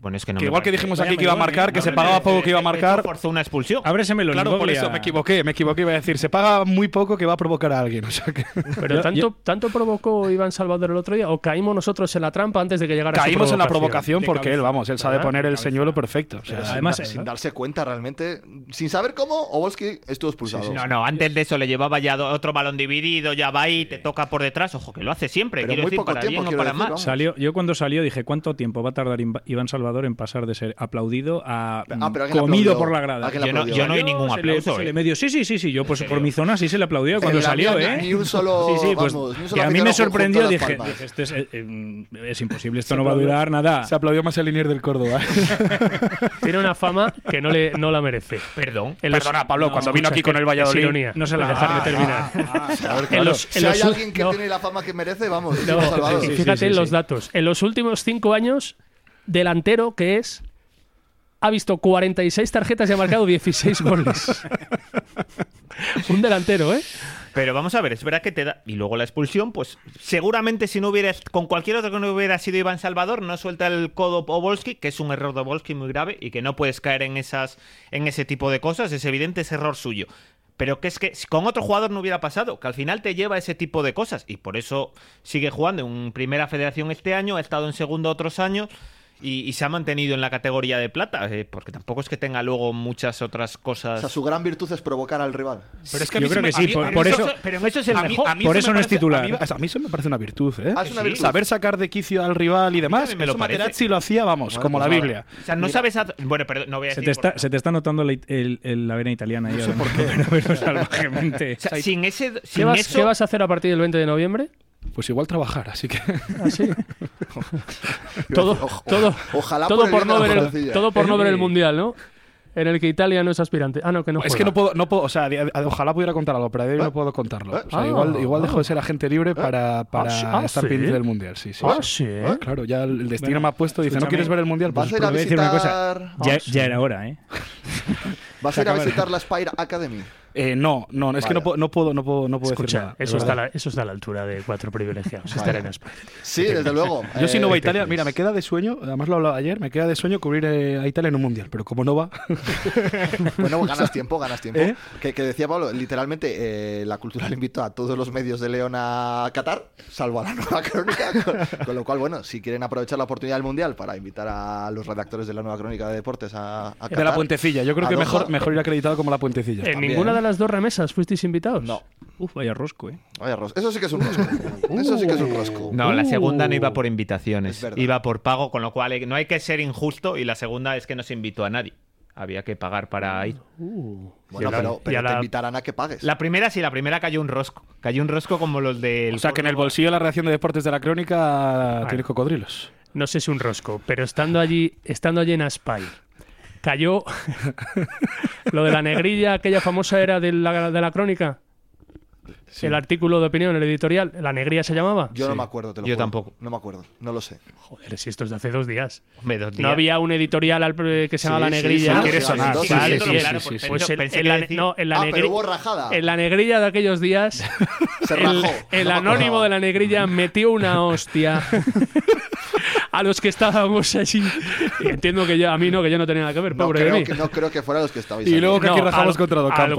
B: Bueno, es que no
C: Que
B: me
C: igual que
B: parece.
C: dijimos
E: Vaya
C: aquí que iba a
E: melón,
C: marcar,
E: eh.
C: que se
E: Ábreme
C: pagaba poco, que iba a
B: Esto
C: marcar.
B: forzó una expulsión.
E: Ábreseme los
C: Claro, por
E: Longoria.
C: eso me equivoqué, me equivoqué. Iba a decir, se paga muy poco que va a provocar a alguien. O sea que
D: Pero tanto, tanto provocó Iván Salvador el otro día, o caímos nosotros en la trampa antes de que llegara su
C: caímos en la provocación
E: De
C: porque él,
E: cabeza.
C: vamos, él sabe
D: ¿Verdad?
C: poner el señuelo perfecto. O sea,
A: Pero sin
E: Además,
A: dar- sin,
E: eh,
A: darse cuenta realmente, sin saber cómo, Obolski estuvo expulsado.
B: No, no, antes de eso le llevaba ya do- otro balón dividido, ya va ahí, te toca por detrás, ojo, que lo hace siempre,
A: Pero
B: quiero
A: muy
B: decir,
A: poco
B: para
A: tiempo,
B: bien o
A: quiero
B: para
A: decir,
B: mal.
A: vamos.
E: Salió, yo cuando salió dije, ¿cuánto tiempo va a tardar Inva- Iván Salvador en pasar de ser aplaudido a
A: Ah, pero
E: mm,
A: alguien
E: comido
A: aplaudió.
E: por la grada?
A: Alguien
B: Yo no,
A: aplaudió.
B: yo no hay
E: Yo
B: ningún
E: se le-
B: aplauso.
E: se
B: eh.
E: le medio, sí, sí, sí, sí, yo pues por mi zona sí se le aplaudió cuando
A: En la
E: salió,
A: mía
E: ¿eh?
A: Ni un solo.
E: Sí, sí, pues
A: vamos, ni un
E: que
A: solo
E: a mí me
A: aficionado
E: sorprendió,
A: junto a las
E: dije,
A: palmas.
E: dije, "Esto es, eh, eh, es imposible, esto no va a durar nada.
C: se aplaudió más el Linier del Córdoba.
D: Tiene una fama que no, le, no la merece.
B: Perdón.
D: En los-
C: Perdona, Pablo,
D: No,
C: cuando
D: escucha,
C: vino aquí
D: es
C: con
D: que
C: el
D: es
C: Valladolid.
D: ironía.
E: No se la dejarme terminar.
A: Claro,
D: En
A: claro. ah,
D: los-
A: Si
D: en
A: hay
D: los-
A: alguien que
D: no.
A: tiene la fama que merece, vamos. es
D: No,
A: Iván Salvador.
D: y fíjate
E: sí,
D: en
E: sí,
D: los
E: sí.
D: datos. En los últimos cinco años, delantero que es, ha visto 46 tarjetas y ha marcado 16 goles. Un delantero, ¿eh?
B: Pero vamos a ver, es verdad que te da. Y luego la expulsión, pues seguramente si no hubieras. Con cualquier otro que no hubiera sido Iván Salvador, no suelta el codo Obolski, que es un error de Obolski muy grave y que no puedes caer en, esas, en ese tipo de cosas. Es evidente, es error suyo. Pero que es que si con otro jugador no hubiera pasado, que al final te lleva a ese tipo de cosas. Y por eso sigue jugando en primera federación este año, ha estado en segunda otros años. Y, y se ha mantenido en la categoría de plata, eh, porque tampoco es que tenga luego muchas otras
A: O
B: cosas.
A: sea, su gran virtud es provocar al rival.
B: Pero es
E: que a Yo mí se creo me- que sí, a mí- por- a mí por eso- eso-
B: Pero en eso es el
E: a mí-
B: mejor.
E: a mí Por eso no es titular.
C: A mí, a mí eso me parece una virtud, ¿eh?
A: Ah, es una
B: Sí.
A: virtud.
C: Saber sacar de quicio al rival y demás.
B: también me lo
C: eso
B: parece.
C: Materazzi lo hacía, vamos,
A: Bueno,
C: como
A: pues
C: la
A: nada.
C: Biblia.
B: O sea, no sabes. haz- Bueno, perdón, no voy a
E: Se
B: decir.
E: te, está,
B: por-
E: se te está notando la, it- el- el- la vena italiana ya. ¿no? Pero- [laughs]
A: [laughs]
E: pero salvajemente.
B: O sea, sin ese.
D: ¿Qué
B: Sin
D: vas,
B: eso,
D: qué vas a hacer a partir del 20 de noviembre?
C: Pues igual trabajar, así que.
D: Todo,
A: Ojo-
D: todo,
A: Ojalá
D: todo
A: por el
D: por,
A: bien
D: no
A: de la
D: ver el,
A: Portilla.
D: todo por no ver el Mundial, ¿no? En el que Italia no es aspirante. Ah, no, que no
C: [laughs] es
D: juega.
C: que no puedo, no puedo, o sea, a día- a- ojalá pudiera contar algo, pero a día de hoy no puedo contarlo. O sea,
D: Ah,
C: igual, igual
D: ah.
C: dejo de ser agente libre para, para
D: Ah, sí, ah,
C: estar
D: sí.
C: pendiente del mundial, sí, sí.
D: Ah,
C: sí.
D: sí, ¿eh?
C: Claro, ya el el destino
E: Bueno,
C: me ha puesto y dice, ¿no
E: escúchame,
C: quieres ver el mundial? Pues
A: Vas a ir a
E: Pero voy a decir una
A: visitar.
E: Ya, ya era hora, ¿eh?
A: Vas a ir a visitar la Spire Academy.
C: eh, no, no, es que no
A: Vaya.
C: puedo, no puedo, no puedo, no puedo decir
D: Escucha,
C: nada, de
D: eso está, a
C: verdad.
D: la, eso está a la altura de cuatro privilegiados. Estar en España.
A: Sí, desde luego.
C: Yo si no voy a
A: Eh,
C: Italia, mira, me queda de sueño, además lo hablaba ayer, me queda de sueño cubrir eh, a Italia en un mundial, pero como no va,
A: Bueno, Pues ganas tiempo, ganas tiempo.
C: ¿Eh?
A: Que, que decía Pablo, literalmente, eh, la cultura le invitó a todos los medios de León a Qatar, salvo a la nueva crónica. [laughs] Con, con lo cual, bueno, si quieren aprovechar la oportunidad del Mundial para invitar a los redactores de la nueva crónica de deportes a, a Qatar.
C: de la puentecilla, yo creo que
A: a Doha.
C: mejor, mejor ir acreditado como la puentecilla.
B: eh,
D: ¿En
A: También.
D: ninguna de las dos remesas fuisteis invitados?
A: No.
E: Uf, vaya
A: [laughs]
E: rosco, ¿eh?
A: Vaya ros- Eso sí que es un rosco. Eso sí que es un rosco.
B: No, la
D: Uh.
B: segunda no iba por
A: Es
B: invitaciones,
A: verdad.
B: iba por pago, con lo cual eh, no hay que ser injusto. Y la segunda es que no se invitó a nadie. Había que pagar para ir.
A: Bueno,
B: Y a la-
A: pero,
B: y
A: pero
B: a
A: te
B: la-
A: invitarán a que pagues.
B: La primera sí, la primera cayó un rosco. Cayó un rosco como los del.
C: O sea, que en el bolsillo de la reacción de deportes de la crónica tiene cocodrilos.
D: no sé si un rosco, pero estando allí, estando allí en Aspire,
A: [laughs]
D: cayó lo de la negrilla, aquella famosa era de la, de la crónica, el artículo de opinión, el editorial, la negrilla se llamaba.
A: Yo no me acuerdo, te lo
B: Yo
A: juro.
B: tampoco.
A: No me acuerdo, no lo sé.
D: Joder, si esto es de hace dos días.
B: Hombre, dos
D: No
B: días.
D: había un editorial al- que se llamaba
A: Sí,
D: La
A: sí,
D: Negrilla.
A: sí,
B: Ah,
A: Ah, Quiere sí, sonar, sí, sí,
D: Vale,
A: sí,
D: sí,
C: sí,
D: claro,
C: sí,
D: pues
C: sí,
D: pues
B: sí.
D: en-
B: Pensé
D: en
B: que
D: la-
B: decir-
D: no, en la
A: ah, pero
D: negri-
A: hubo rajada.
D: en la negrilla de
A: [laughs]
D: aquellos días,
A: Se
D: el,
A: rajó. No
D: el
A: me acordaba.
D: anónimo de la negrilla metió una hostia a los que estábamos allí. Y Entiendo que yo, a mí no, que yo no tenía nada que ver,
A: No
D: pobre de
A: creo,
D: mí.
A: que, no creo que fueran los que estabais
C: Y
A: ahí.
C: luego que aquí
D: No,
C: rajamos
D: al-
C: contra Docampo.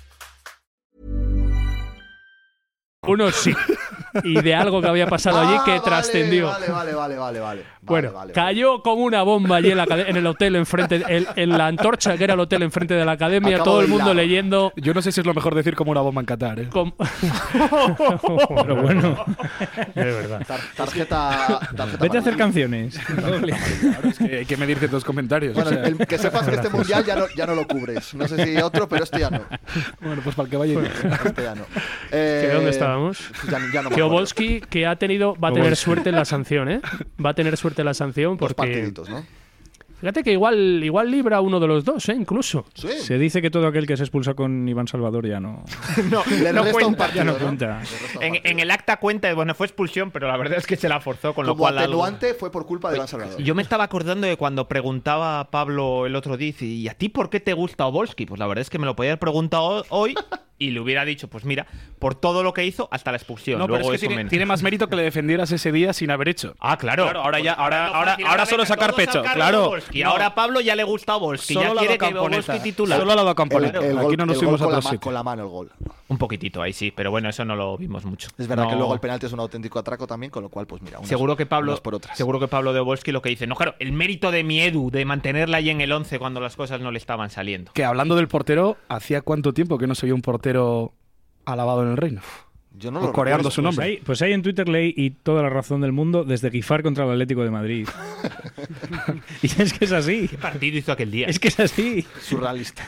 D: Unos sí, y de algo que había pasado allí
A: Ah,
D: que
A: vale,
D: trascendió.
A: Vale, vale, vale, vale, vale.
D: Bueno,
A: Vale, vale, vale.
D: cayó como una bomba allí en, la, acade- en el hotel enfrente, en, en la antorcha que era el hotel enfrente de la academia,
A: Acabo
D: todo el
A: de
D: mundo
A: hilar.
D: leyendo.
C: Yo no sé si es lo mejor decir como una bomba en Qatar,
A: [laughs]
C: ¿eh?
D: com-
E: Pero bueno,
A: Tar- tarjeta, tarjeta
E: vete a hacer
A: amarilla.
E: canciones.
C: Es que hay que medir ciertos comentarios.
A: Bueno,
C: o sea.
A: el- que sepas que este mundial ya no, ya no lo cubres. No sé si otro, pero este ya no.
C: Bueno, pues para el que vaya.
A: Este ya no. Eh,
D: ¿Que dónde estábamos?
A: Ya, ya no me
D: que
A: acuerdo.
D: Obolsky, que ha tenido, va a tener suerte en la sanción, ¿eh? Va a tener suerte en la sanción
A: Dos
D: porque.
A: partiditos, ¿no?
D: Fíjate que igual, igual libra uno de los dos, ¿eh? Incluso.
A: Sí.
E: Se dice que todo aquel que se expulsa con Iván Salvador ya no.
A: No, le
B: [laughs] no
A: resta un
B: cuenta,
A: partido.
E: ya no cuenta.
A: Le resta un
B: En,
A: partido.
B: en el acta cuenta, bueno, fue expulsión, pero la verdad es que se la forzó, con lo
A: Como
B: cual. algo-
A: atenuante fue por culpa de Iván Salvador.
B: Yo me estaba acordando de cuando preguntaba a Pablo el otro día, dice, ¿y a ti por qué te gusta Obolski? Pues la verdad es que me lo podía haber preguntado hoy y le hubiera dicho, pues mira, por todo lo que hizo hasta la expulsión.
C: No,
B: Luego
C: pero es
B: eso
C: que tiene,
B: menos.
C: tiene más mérito que le defendieras ese día sin haber hecho.
B: Ah, claro.
G: Claro, ahora ya- ahora-
B: Fernando
G: ahora-
B: Fácil,
G: ahora solo
B: venga,
G: sacar
B: todos
G: pecho,
B: sacarlo
G: claro.
B: de Obolski. Y
G: No.
B: ahora a Pablo ya le gusta Obolski, ya
G: Solo la
B: quiere que
G: camponeta.
B: Obolski titular.
G: Solo ha dado
A: El,
G: camponeta.
A: el
C: Aquí
A: gol,
C: no nos
A: el gol
C: fuimos a
A: con, la
C: otro
A: ma-
C: sitio.
A: con la mano, el gol.
B: Un poquitito ahí sí, pero bueno, eso no lo vimos mucho.
A: Es verdad
B: No.
A: que luego el penalti es un auténtico atraco también, con lo cual, pues mira. unas-
B: Seguro que Pablo
A: unas por otras.
B: seguro que Pablo de Obolski lo que dice, no claro, el mérito de mi Edu de mantenerla ahí en el 11 cuando las cosas no le estaban saliendo.
C: Que hablando del portero, ¿hacía cuánto tiempo que no se oía un portero alabado en el reino?
A: Yo no
C: O
A: lo
C: coreando
A: recuerdo.
C: su nombre.
E: Pues ahí, pues ahí en Twitter leí y toda la razón del mundo desde Gifar contra el Atlético de Madrid. [laughs] y es que es así.
B: ¿Qué partido hizo aquel día?
E: Es que es así.
A: Surrealista.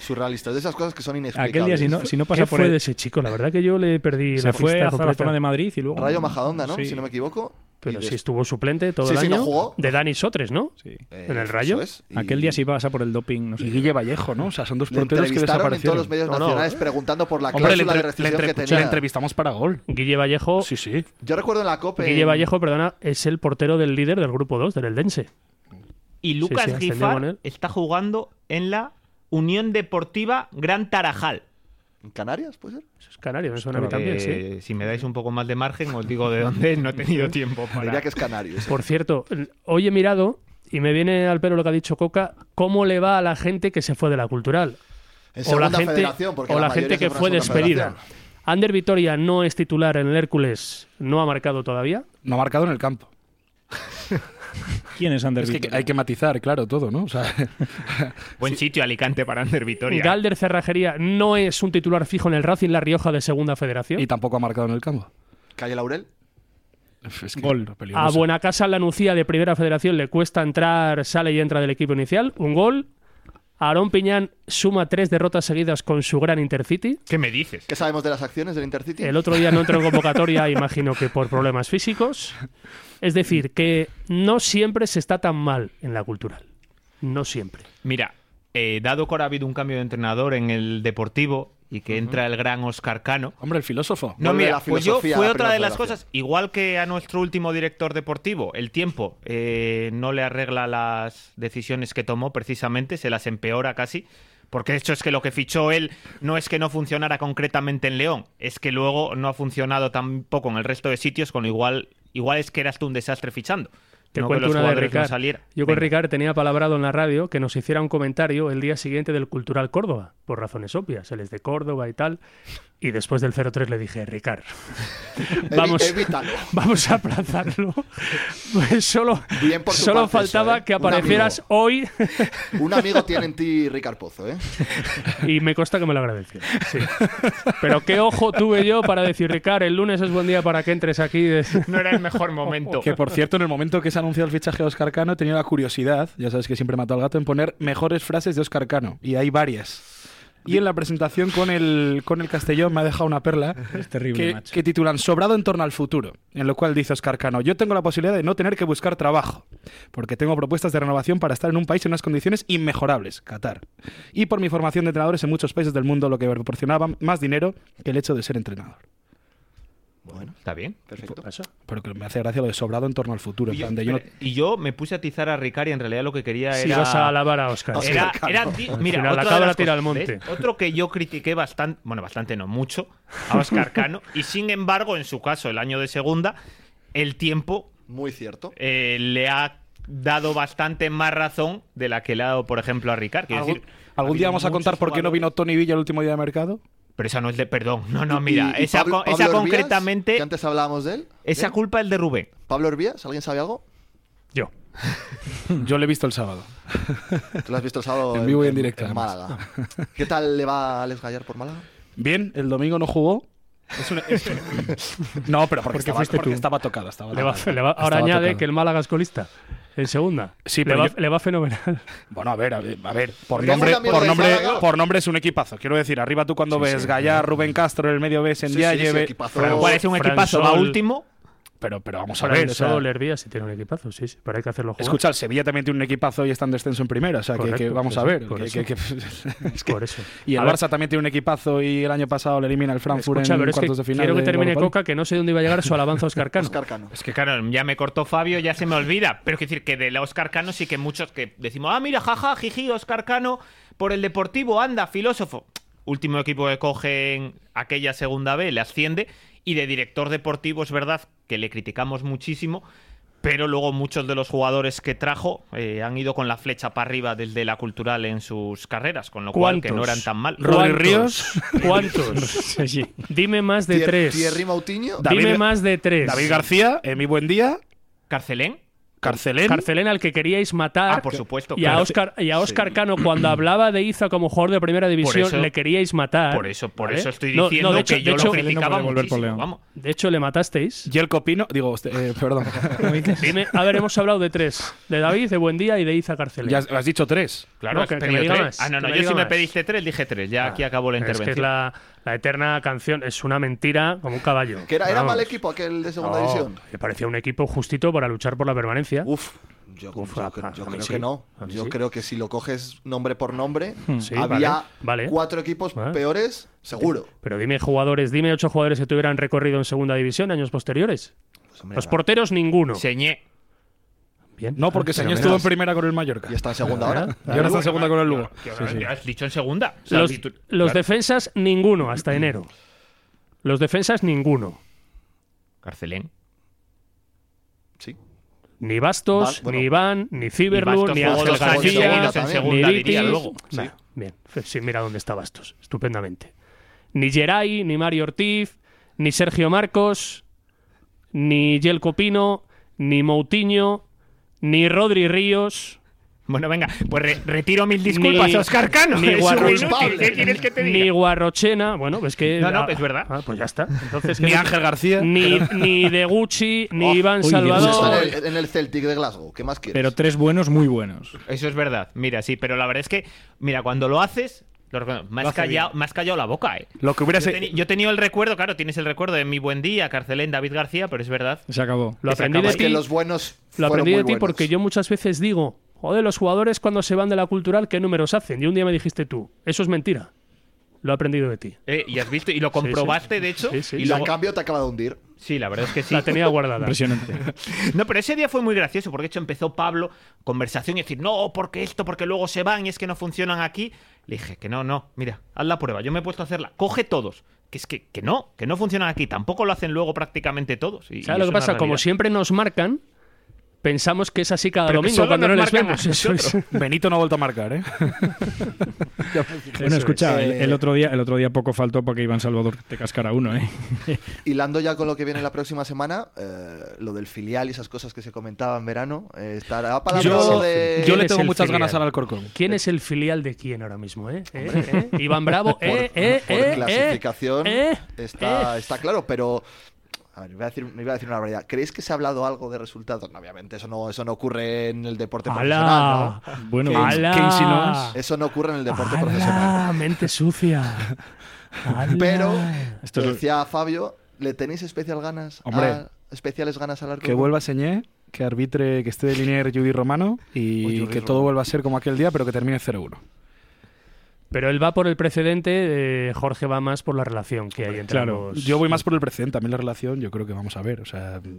A: Surrealista. De esas cosas que son inexplicables.
E: Aquel día, si no, si no pasa
D: ¿Qué
E: por
D: fue
E: el-
D: de ese chico? La verdad que yo le perdí
E: Se
D: la
E: fue
D: pista
E: a la
D: completa.
E: zona de Madrid y luego.
A: Rayo Majadonda, ¿no?
E: Sí.
A: Si no me equivoco.
D: Pero
A: Y
D: si
A: des-
D: estuvo suplente todo
A: Sí,
D: el
A: sí,
D: año.
A: no jugó.
D: De Dani Sotres, ¿no?
E: Sí.
A: eh,
D: en el
A: eso
D: Rayo.
A: es. Y-
E: Aquel día sí pasa por el doping, no sé.
C: Y Pues Guille Vallejo, ¿no? O sea, son dos
A: Le
C: porteros que
A: entrevistaron en todos los
C: desaparecieron.
A: medios
D: No, no,
A: nacionales
D: ¿eh?
A: preguntando por la
C: Hombre, le,
A: cláusula de
C: entre- le
A: rescisión
C: entre-
A: que
C: le
A: tenía.
C: entrevistamos para gol.
D: Guille Vallejo.
C: Sí, sí.
A: Yo recuerdo en la COPE.
D: Guille Vallejo, perdona, es el portero del líder del grupo 2, del Eldense.
B: Y
D: Sí,
B: Lucas
D: sí, ascendió con
B: Gifar
D: él.
B: está jugando en la Unión Deportiva Gran Tarajal.
A: ¿En Canarias, puede ser?
D: Eso es canario, me suena a mí también,
E: eh,
D: sí.
B: Eh, Si me dais un poco más de margen, os digo de dónde es, no he tenido tiempo
A: Diría
B: para...
A: que es Canarias. ¿eh?
D: Por cierto, el- hoy he mirado y me viene al pelo lo que ha dicho Coca, cómo le va a la gente que se fue de la cultural.
A: En
D: o la
A: segunda
D: gente,
A: federación, porque
D: o la
A: mayoría
D: gente que
A: son de
D: fue
A: segunda
D: despedida.
A: federación.
D: Ander Vitoria no es titular en el Hércules, no ha marcado todavía.
C: No ha marcado en el campo.
E: ¿Quién es Ander
C: Es que
E: Vitoria?
C: hay que matizar, claro, todo, ¿no? O [laughs] sea,
B: Buen sitio Alicante para Ander Vitoria.
D: Galder Cerrajería no es un titular fijo en el Racing La Rioja de Segunda Federación.
C: y tampoco ha marcado en el campo.
A: Calle Laurel.
C: Es que
E: Gol.
C: peligroso.
D: A Buenacasa Lanucía de Primera Federación le cuesta entrar, sale y entra del equipo inicial. Un gol. Aarón Piñán suma tres derrotas seguidas con su gran Intercity.
B: ¿Qué me dices?
A: ¿Qué sabemos de las acciones del Intercity?
D: El otro día no entró en convocatoria, [laughs] imagino que por problemas físicos. Es
B: Mm.
D: decir, que no siempre se está tan mal en la cultural. No siempre.
B: Mira, eh, dado que ahora ha habido un cambio de entrenador en el Deportivo y que entra el gran Oscar Cano,
C: Hombre, el filósofo.
B: No,
A: Vuelve
B: mira,
A: la
B: pues yo
A: filosofía a
B: fue
A: la
B: otra de
A: primera
B: las
A: federación.
B: cosas. Igual que a nuestro último director deportivo, el tiempo eh, no le arregla las decisiones que tomó precisamente, se las empeora casi. Porque de hecho es que lo que fichó él no es que no funcionara concretamente en León, es que luego no ha funcionado tampoco en el resto de sitios, con lo igual, igual es que eras tú un desastre fichando.
D: Te
B: no que
D: cuento
B: los
D: una de
B: jugadores no
D: Ricard.
B: salieran.
D: Yo con
B: Venga.
D: Ricard tenía palabrado en la radio que nos hiciera un comentario el día siguiente del Cultural Córdoba, por razones obvias. Él es de Córdoba y tal. Y después del 03 le
A: [laughs]
D: dije, Ricard,
A: Evi-
D: [laughs] vamos,
A: Evítalo.
D: vamos a aplazarlo. [laughs] Pues solo
A: Bien por tu parte
D: solo
A: eso,
D: faltaba
A: ¿eh?
D: que
A: Un amigo.
D: aparecieras hoy
A: Un amigo tiene en ti Ricard Pozo, ¿eh?
D: y me consta que me lo agradeciera. Sí. Pero qué ojo tuve yo para decir, Ricard, el lunes es buen día para que entres aquí.
B: No era el mejor
D: [laughs]
B: momento.
C: Que por cierto, en el momento que se anunció el fichaje de Oscar Cano, tenía la curiosidad, ya sabes que siempre mató al gato, en poner mejores frases de Oscar Cano. Y hay varias. Y en la presentación con el, con el Castellón me ha dejado una [laughs] perla
E: Es terrible,
C: que,
E: macho.
C: que titulan Sobrado en torno al futuro, en lo cual dice Oscar Cano, yo tengo la posibilidad de no tener que buscar trabajo, porque tengo propuestas de renovación para estar en un país en unas condiciones inmejorables, Qatar. Y por mi formación de entrenadores en muchos países del mundo, lo que me proporcionaba más dinero que el hecho de ser entrenador.
A: Bueno,
B: Está bien.
A: perfecto.
C: Pero que me hace gracia lo de sobrado en torno al futuro. en
B: Y yo,
C: plan de, yo no-
B: y yo me puse a tizar a Ricard y en realidad lo que quería
D: Si
B: era.
D: vas a alabar a Oscar.
B: Era, era di- mira,
D: final, la
B: otra de
D: cabra
B: las
D: tira
B: cosas,
D: al monte.
B: ¿ves? Otro que yo critiqué bastante, bueno, bastante no mucho, a
D: [laughs]
B: Oscar Cano, y sin embargo, en su caso, el año de segunda, el tiempo
A: Muy cierto.
B: eh, le ha dado bastante más razón de la que le ha dado, por ejemplo, a Ricard. Quiero
C: ¿Algún,
B: decir,
C: algún
B: ha
C: día
B: habido
C: vamos a
B: muchos
C: contar por qué no vino
B: jugadores-
C: Tony Villa el último día de mercado?
B: Pero esa no es de. Perdón. No, no, mira.
A: ¿Y- y
B: esa
A: Pablo-
B: co- esa
A: Pablo Hervías,
B: concretamente.
A: que antes hablábamos de él.
B: Esa
A: ¿Eh?
B: culpa es de Rubén.
A: ¿Pablo Herbías? ¿Alguien sabe algo?
C: Yo. Yo le he visto el sábado.
A: Tú lo has visto el
C: [laughs]
A: sábado
C: En vivo y en directo,
A: en
C: además.
A: Málaga. ¿Qué tal le va a Alex Gallar por Málaga?
C: Bien, el domingo no jugó. [laughs] no, pero porque, estaba,
D: fuiste
C: porque
D: tú.
C: estaba tocado. Estaba
D: Le va-
C: tocado.
D: le va- ahora
C: Estaba
D: añade
C: tocado.
D: que el Málaga es colista. En segunda.
C: Sí,
D: le,
C: pero
D: va,
C: yo-
D: le
C: [laughs]
D: va fenomenal.
C: Bueno, a ver, a ver, a ver, por
A: Pero
C: nombre,
A: eso también
C: por
A: lo
C: nombre,
A: dice Málaga.
C: por nombre es un equipazo. Quiero decir, arriba tú cuando ves Gallar, Rubén Castro, en el medio ves en
A: sí, sí, equipazo.
B: Lo cual es un
D: Fran
B: equipazo. Va
D: Sol.
B: último.
C: pero, pero vamos a
D: Ahora
C: ver.
D: el
C: o sea,
D: solo Hervías sí tiene un equipazo, sí, sí, pero hay que hacerlo jugar.
C: escucha, el Sevilla también tiene un equipazo y está en descenso en primera. O sea, que- que,
D: Correcto,
C: vamos
D: sí,
C: a
D: sí,
C: ver.
D: por
C: que-
D: eso.
C: que- que- [laughs] es que-
D: Por eso.
C: y el
D: A ver,
C: Barça también tiene un equipazo y el año pasado le elimina el Frankfurt
D: escucha,
C: en
D: pero es que
C: cuartos de final.
D: quiero que
C: de
D: termine
C: Europa League.
D: Coca, que no sé dónde iba a llegar su alabanza a Oscar Cano.
A: Oscar Cano.
B: Es que claro, ya me cortó Fabio, ya se me olvida. Pero quiero decir que de la Oscar Cano sí que muchos que decimos, ah, mira, jaja, jiji, Oscar Cano por el Deportivo, anda, filósofo. Último equipo que coge en aquella segunda B, le asciende. Y de director deportivo es verdad que le criticamos muchísimo, pero luego muchos de los jugadores que trajo eh, han ido con la flecha para arriba desde la cultural en sus carreras, con lo cual que no
D: ¿Cuántos?
B: eran tan mal.
C: Rodri
D: ¿Cuántos?
C: Ríos, [laughs]
D: ¿Cuántos? Dime más de
A: Tier-
D: tres.
A: Thierry Moutinho.
C: Da- David-
D: Dime más de tres.
C: David García, en mi buen día,
B: Carcelén,
C: Carcelén.
D: Carcelén al que queríais matar.
B: Ah, por supuesto,
D: Y a
B: claro.
D: Oscar, y a Óscar Cano, cuando hablaba de Iza como jugador de primera división,
B: eso-
D: le queríais matar.
B: por eso, por
D: ¿vale?
B: eso estoy
D: No, no,
B: diciendo
D: de hecho-
B: que yo
D: de
B: lo
D: hecho-
B: criticaba
E: puede volver por
B: muchísimo,
E: León.
B: vamos.
D: De hecho, le matasteis.
C: Yelko Pino, digo, usted, eh,
D: [laughs]
C: perdón.
D: Dime- a ver, hemos hablado de tres: de David, de Buendía y de Iza Carcelén.
C: ya has- has dicho tres.
B: Claro,
D: No,
B: has
D: que- que
B: pedido
D: me diga
B: tres.
D: más,
B: Ah, no,
D: que
B: no,
D: me
B: yo
D: diga
B: si me
D: más.
B: pediste tres, dije tres. Ya aquí acabó la
D: Es que
B: intervención.
D: es la, la eterna canción, es una mentira como un caballo.
A: Que era, era
D: Vamos.
A: mal equipo aquel de segunda
D: No,
A: división.
D: Me parecía un equipo justito para luchar por la permanencia.
A: Uf. Yo, yo
D: a-
A: cre-
D: a-
A: yo
D: a mí
A: creo
D: sí.
A: que no.
D: A mí
A: Yo
D: sí. Hmm.
A: creo que si lo coges nombre por nombre,
D: Sí,
A: había
D: vale, vale.
A: cuatro equipos
D: Vale.
A: peores, seguro.
D: Pero dime jugadores, dime ocho jugadores que tuvieran recorrido en segunda división años posteriores.
A: Pues, hombre,
D: Los
A: nada.
D: porteros ninguno.
B: Señé.
D: Bien.
C: No, porque Señor
A: menos.
C: estuvo en primera con el Mallorca.
A: Y está en segunda ahora.
C: Y ahora está en segunda con el Lugo.
B: Ya Has dicho en segunda. O sea,
D: Los,
B: si tú-
D: los
B: Claro.
D: defensas ninguno hasta enero. Los defensas ninguno.
B: Carcelén.
A: Sí.
D: Ni Bastos,
A: Vale, bueno.
D: ni Iván, ni Ciberlun,
B: Bastos
D: ni
B: jugó
D: Ángel
B: dos años
D: García,
A: seguidos en
D: ni
B: segunda,
D: Vitis.
B: diría luego.
D: Nah, Bien, F- sí, mira dónde está Bastos, estupendamente. Ni Geray, ni Mario Ortiz, ni Sergio Marcos, ni Yelko Pino, ni Moutinho, ni Rodri Ríos,
B: Bueno, venga, pues re- retiro mis disculpas,
D: Ni-
B: Oscar Cano.
D: ni
B: Es un
D: Guarro-
B: inútil. ¿Qué quieres que te diga?
D: ni Guarrochena. Bueno, es que.
B: No, no,
D: ah,
B: es verdad.
D: ah, pues ya está. Entonces,
C: Ni
D: ¿qué-
C: Ángel García.
D: ni, ni De Gucci,
B: Oh,
D: ni Iván
A: Está
D: Salvador.
A: en el, en el Celtic de Glasgow. ¿Qué más quieres?
E: Pero tres buenos, muy buenos.
B: Eso es verdad. Mira, sí, pero la verdad es que, mira, cuando lo haces, lo reconozco. me, has callado, me has callado la boca, eh.
C: Lo que hubiera
B: Yo,
C: sido.
B: teni- yo he tenido el recuerdo, claro, tienes el recuerdo de mi buen día, Carcelén, David García, pero es verdad.
E: Se acabó.
D: Lo aprendí de
A: es que
D: ti.
A: los buenos.
D: Lo
A: fueron
D: aprendí
A: muy
D: de ti
A: buenos.
D: porque yo muchas veces digo, joder, los jugadores cuando se van de la cultural, ¿qué números hacen? Y un día me dijiste tú, eso es mentira. Lo he aprendido de ti.
B: Eh, y has visto, y lo comprobaste, de hecho.
D: Sí, sí.
B: y
A: Y a
B: luego-
A: cambio te acaba de hundir.
B: sí, la verdad es que sí.
D: La
A: [laughs]
D: tenía guardada.
E: Impresionante.
C: [laughs]
B: No, pero ese día fue muy gracioso, porque de hecho empezó Pablo conversación y decir, no, porque esto, porque luego se van y es que no funcionan aquí. Le dije, que no, no, mira, haz la prueba, yo me he puesto a hacerla, coge todos. Que es que, que no, que no funcionan aquí, tampoco lo hacen luego prácticamente todos. y-
D: ¿Sabes
B: y
D: lo
B: es
D: que
B: una
D: pasa? Como
B: realidad.
D: siempre nos marcan, pensamos que es así cada
B: Pero que
D: domingo
B: solo
D: cuando no
B: nos
D: les
B: marcan a
D: vemos. Eso es.
C: Benito no ha vuelto a marcar, ¿eh?
E: Bueno, escucha, el,
A: Eh,
E: el otro día, el otro día poco faltó para que Iván Salvador te cascara uno,
C: [laughs]
E: ¿eh?
A: Hilando ya con lo que viene la próxima semana, eh, lo del filial y esas cosas que se comentaba en verano, eh, estará para
C: Yo,
A: lo de.
C: yo le
D: ¿Quién es
C: tengo
D: el
C: muchas
D: filial?
C: ganas al Alcorcón.
D: ¿Quién es el filial de quién ahora mismo? eh? ¿Eh? ¿Eh? Iván Bravo, eh, eh,
A: [laughs] por
D: eh,
A: clasificación
D: eh,
A: está,
D: eh.
A: está claro, pero a ver, iba a decir, me iba a decir una barbaridad. ¿Creéis que se ha hablado algo de resultados? No, obviamente, eso no, eso no ocurre en el deporte
D: ¡Hala!
A: profesional,
E: Bueno,
D: ¡Hala!
C: ¿Qué
D: Ah.
C: insinúas?
A: ¿no? Eso no ocurre en el deporte
D: ¡Hala!
A: profesional.
D: mente sucia! ¡Hala!
A: [laughs] Pero,
E: Esto es-
A: decía Fabio, ¿le tenéis especial ganas? a-
C: Hombre.
A: especiales ganas al arco.
C: Que vuelva Señé, que arbitre, que esté de linier Judy Romano
A: Uy,
C: y
A: Judy
C: que
A: Romano.
C: todo vuelva a ser como aquel día, pero que termine 0-1.
D: Pero él va por el precedente, eh, Jorge va más por la relación que hay entre
E: claro.
D: ambos.
C: Yo voy más por el precedente, también la relación, yo creo que vamos a ver. O sea,
B: O sea,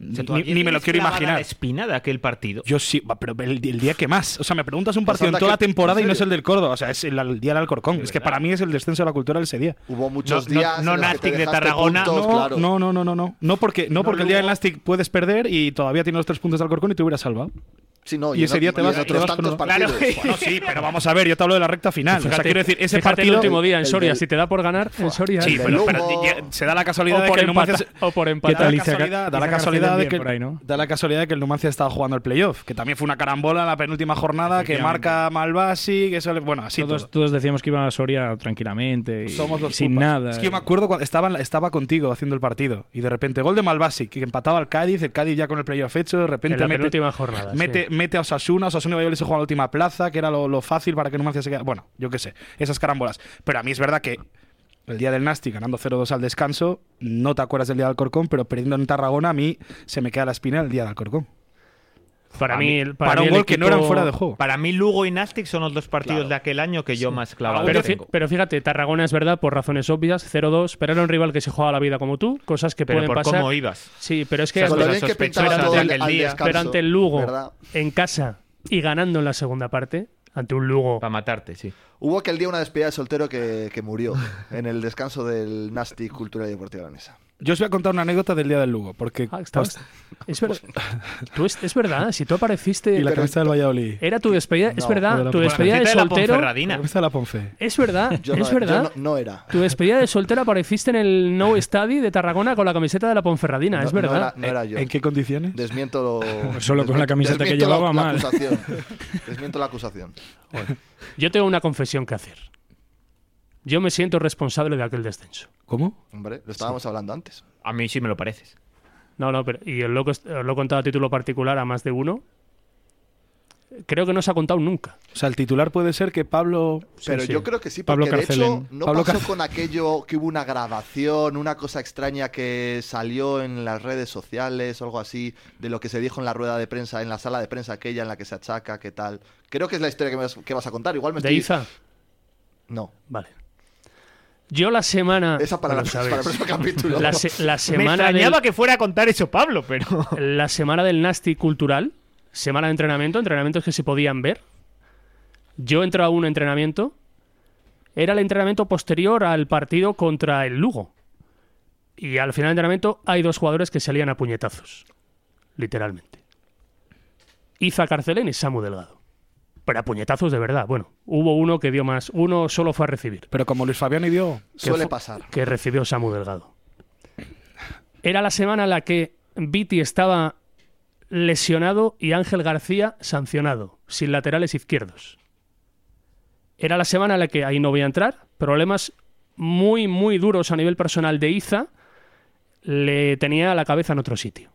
C: ni,
B: todavía
C: ni me lo
B: tienes
C: quiero
B: clavada La
C: imaginar.
B: espina de aquel partido.
C: Yo sí, va, pero el, el día que más. O sea, me preguntas un partido en
A: anda
C: toda
A: que-
C: la temporada y
A: ¿en
C: no es
A: serio?
C: el del Córdoba. O sea, es el, el día del Alcorcón. Es que para mí es el descenso de la cultura ese día.
A: Hubo muchos
B: No, no-
A: días.
B: no
A: en los que te
B: Nastic de
A: dejaste
B: Tarragona,
A: puntos,
C: no,
A: claro.
C: no, no, no, no, no. No porque, no porque el día del Nastic puedes perder y todavía tienes los tres puntos de Alcorcón y te hubieras salvado.
A: Sí, no,
C: Y ese día te vas,
A: a
C: te vas con
A: tantos
C: uno.
A: partidos.
C: Bueno, [laughs] sí, pero vamos a ver, yo te hablo de la recta final. o sea,
D: Fíjate-
C: quiero decir, ese
D: fíjate
C: partido.
D: el último día en
A: el
D: Soria,
A: del-
D: si te da por ganar en Soria.
C: Sí,
A: del
C: pero, pero
A: Lugo.
C: ya- se da la
D: o,
C: casualidad de
D: por
C: que el
D: empata-
C: Numancia. se-
D: o
C: Da
D: por
C: la
D: empatar.
C: casualidad, da la
E: Liza
C: casualidad de
E: García
C: que,
E: por ahí, ¿no?
C: da la casualidad de que el Numancia estaba jugando el playoff, que también fue una carambola en la penúltima jornada, que
E: Efectivamente.
C: marca Malvasi, que eso le- bueno, así
E: todos,
C: todo.
E: todos decíamos que iba a Soria tranquilamente. y-
C: Somos los
E: y sin
C: culpas.
E: nada.
C: Es que yo me acuerdo cuando estaba, en la- estaba contigo haciendo el partido y de repente gol de Malvasi que empataba al Cádiz, el Cádiz ya con el playoff hecho, de repente
D: En la
C: mete-
D: penúltima jornada. sí.
C: Mete, mete a Osasuna, Osasuna y Valladolid se juega la última plaza, que era lo, lo fácil para que Numancia se quedara. Bueno, yo qué sé, esas carambolas. Pero a mí es verdad que el día del Nasti, ganando 0-2 al descanso, no te acuerdas del día del Alcorcón, pero perdiendo en Tarragona, a mí se me queda la espina el día del Alcorcón.
D: Para mí, el- para,
C: para
D: mí
C: un
D: el
C: gol que no eran
D: equipo-
C: fuera de juego.
B: Para mí, Lugo y Nastic son los dos partidos de aquel año que yo más clavado
D: Pero,
B: tengo.
D: fí- pero fíjate, Tarragona es verdad por razones obvias, 0-2, pero era un rival que se jugaba la vida como tú, cosas que
B: Pero
D: pueden
B: por
D: pasar.
B: cómo ibas.
D: Sí, pero es que
B: Esas
A: Con lo
B: cosas
A: bien que pintaba
B: sospechosas
A: todo
B: de
A: el-
B: aquel
A: al
B: día.
A: descanso,
D: pero ante el Lugo
A: ¿verdad?
D: en casa y ganando en la segunda parte, ante un Lugo
B: Para matarte, sí.
A: Hubo aquel día una despedida de soltero que, que murió en el descanso del Nasty Cultura y Deportiva Leonesa.
C: Yo os voy a contar una anécdota del día del Lugo, porque.
D: Ah, estabas- es, ver- tú es, es verdad, si tú apareciste.
C: Y la camiseta del Valladolid.
D: Era tu despedida, es verdad,
C: joder,
D: tu
C: la
D: despedida de
B: camiseta de la
D: soltero.
C: La
B: Ponferradina.
C: camiseta de la Ponce.
D: Es verdad,
A: [laughs] Yo
D: es
A: no,
D: verdad.
A: yo no- no era.
D: Tu despedida de soltero apareciste en el No Study de Tarragona con la camiseta de la Ponferradina,
A: No-
D: es verdad.
A: No era, no era yo.
C: ¿En qué condiciones?
A: Desmiento lo-
E: Solo con la camiseta que
A: desmiento la-
E: llevaba,
A: la
E: mal.
A: acusación. Desmiento la acusación.
D: Yo tengo una confesión que hacer. Yo me siento responsable de aquel descenso.
C: ¿Cómo?
A: Hombre, lo estábamos hablando antes.
B: A mí sí me lo pareces.
D: No, no, pero y os lo, he cos- os lo he contado a título particular a más de uno. Creo que no se ha contado nunca.
C: O sea, el titular puede ser que Pablo.
A: Pero
D: sí.
A: yo creo que sí,
E: Pablo
A: porque de hecho
E: Carcelén.
A: no
C: Pablo
A: pasó
C: Car-
A: con aquello que hubo una grabación, una cosa extraña que salió en las redes sociales o algo así, de lo que se dijo en la rueda de prensa, en la sala de prensa aquella en la que se achaca, qué tal. Creo que es la historia que, me vas, que vas a contar. Igual me
D: ¿De
A: estoy...
D: Iza?
A: No,
D: Vale. Yo la semana.
A: esa para,
D: Bueno,
A: la,
D: sabéis.
A: para el próximo capítulo.
D: La,
A: [laughs]
D: se- la
B: me
D: semana
B: extrañaba
D: del,
B: que fuera a contar eso Pablo,
D: [laughs]
B: pero.
D: la semana del nasty cultural, semana de entrenamiento, entrenamientos que se podían ver. Yo entro a un entrenamiento. Era el entrenamiento posterior al partido contra el Lugo. Y al final del entrenamiento hay dos jugadores que salían a puñetazos. Literalmente. Iza Carcelén y Samu Delgado. Pero a puñetazos de verdad. Bueno, hubo uno que dio más. Uno solo fue a recibir.
C: Pero como Luis Fabián y Diego.
A: Suele
D: fu-
A: pasar.
D: que recibió Samu Delgado. Era la semana en la que Viti estaba lesionado y Ángel García sancionado, sin laterales izquierdos. Era la semana en la que, ahí no voy a entrar, problemas muy, muy duros a nivel personal de Iza, le tenía la cabeza en otro sitio.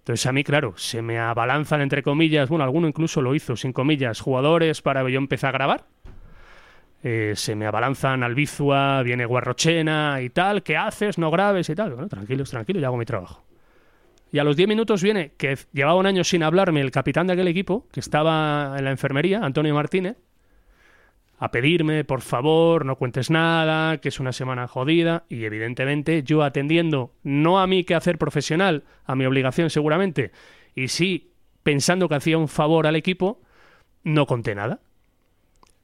D: Entonces a mí, claro, se me abalanzan entre comillas, bueno, alguno incluso lo hizo, sin comillas, jugadores para que yo empecé a grabar. Eh, se me abalanzan Albizua, viene Guarrochena y tal, ¿qué haces? No grabes y tal. Bueno, tranquilos, tranquilos, ya hago mi trabajo. Y a los 10 minutos viene, que f- llevaba un año sin hablarme, el capitán de aquel equipo, que estaba en la enfermería, Antonio Martínez, a pedirme, por favor, no cuentes nada, que es una semana jodida. Y evidentemente yo atendiendo, no a mi quehacer profesional, a mi obligación seguramente, y sí pensando que hacía un favor al equipo, no conté nada.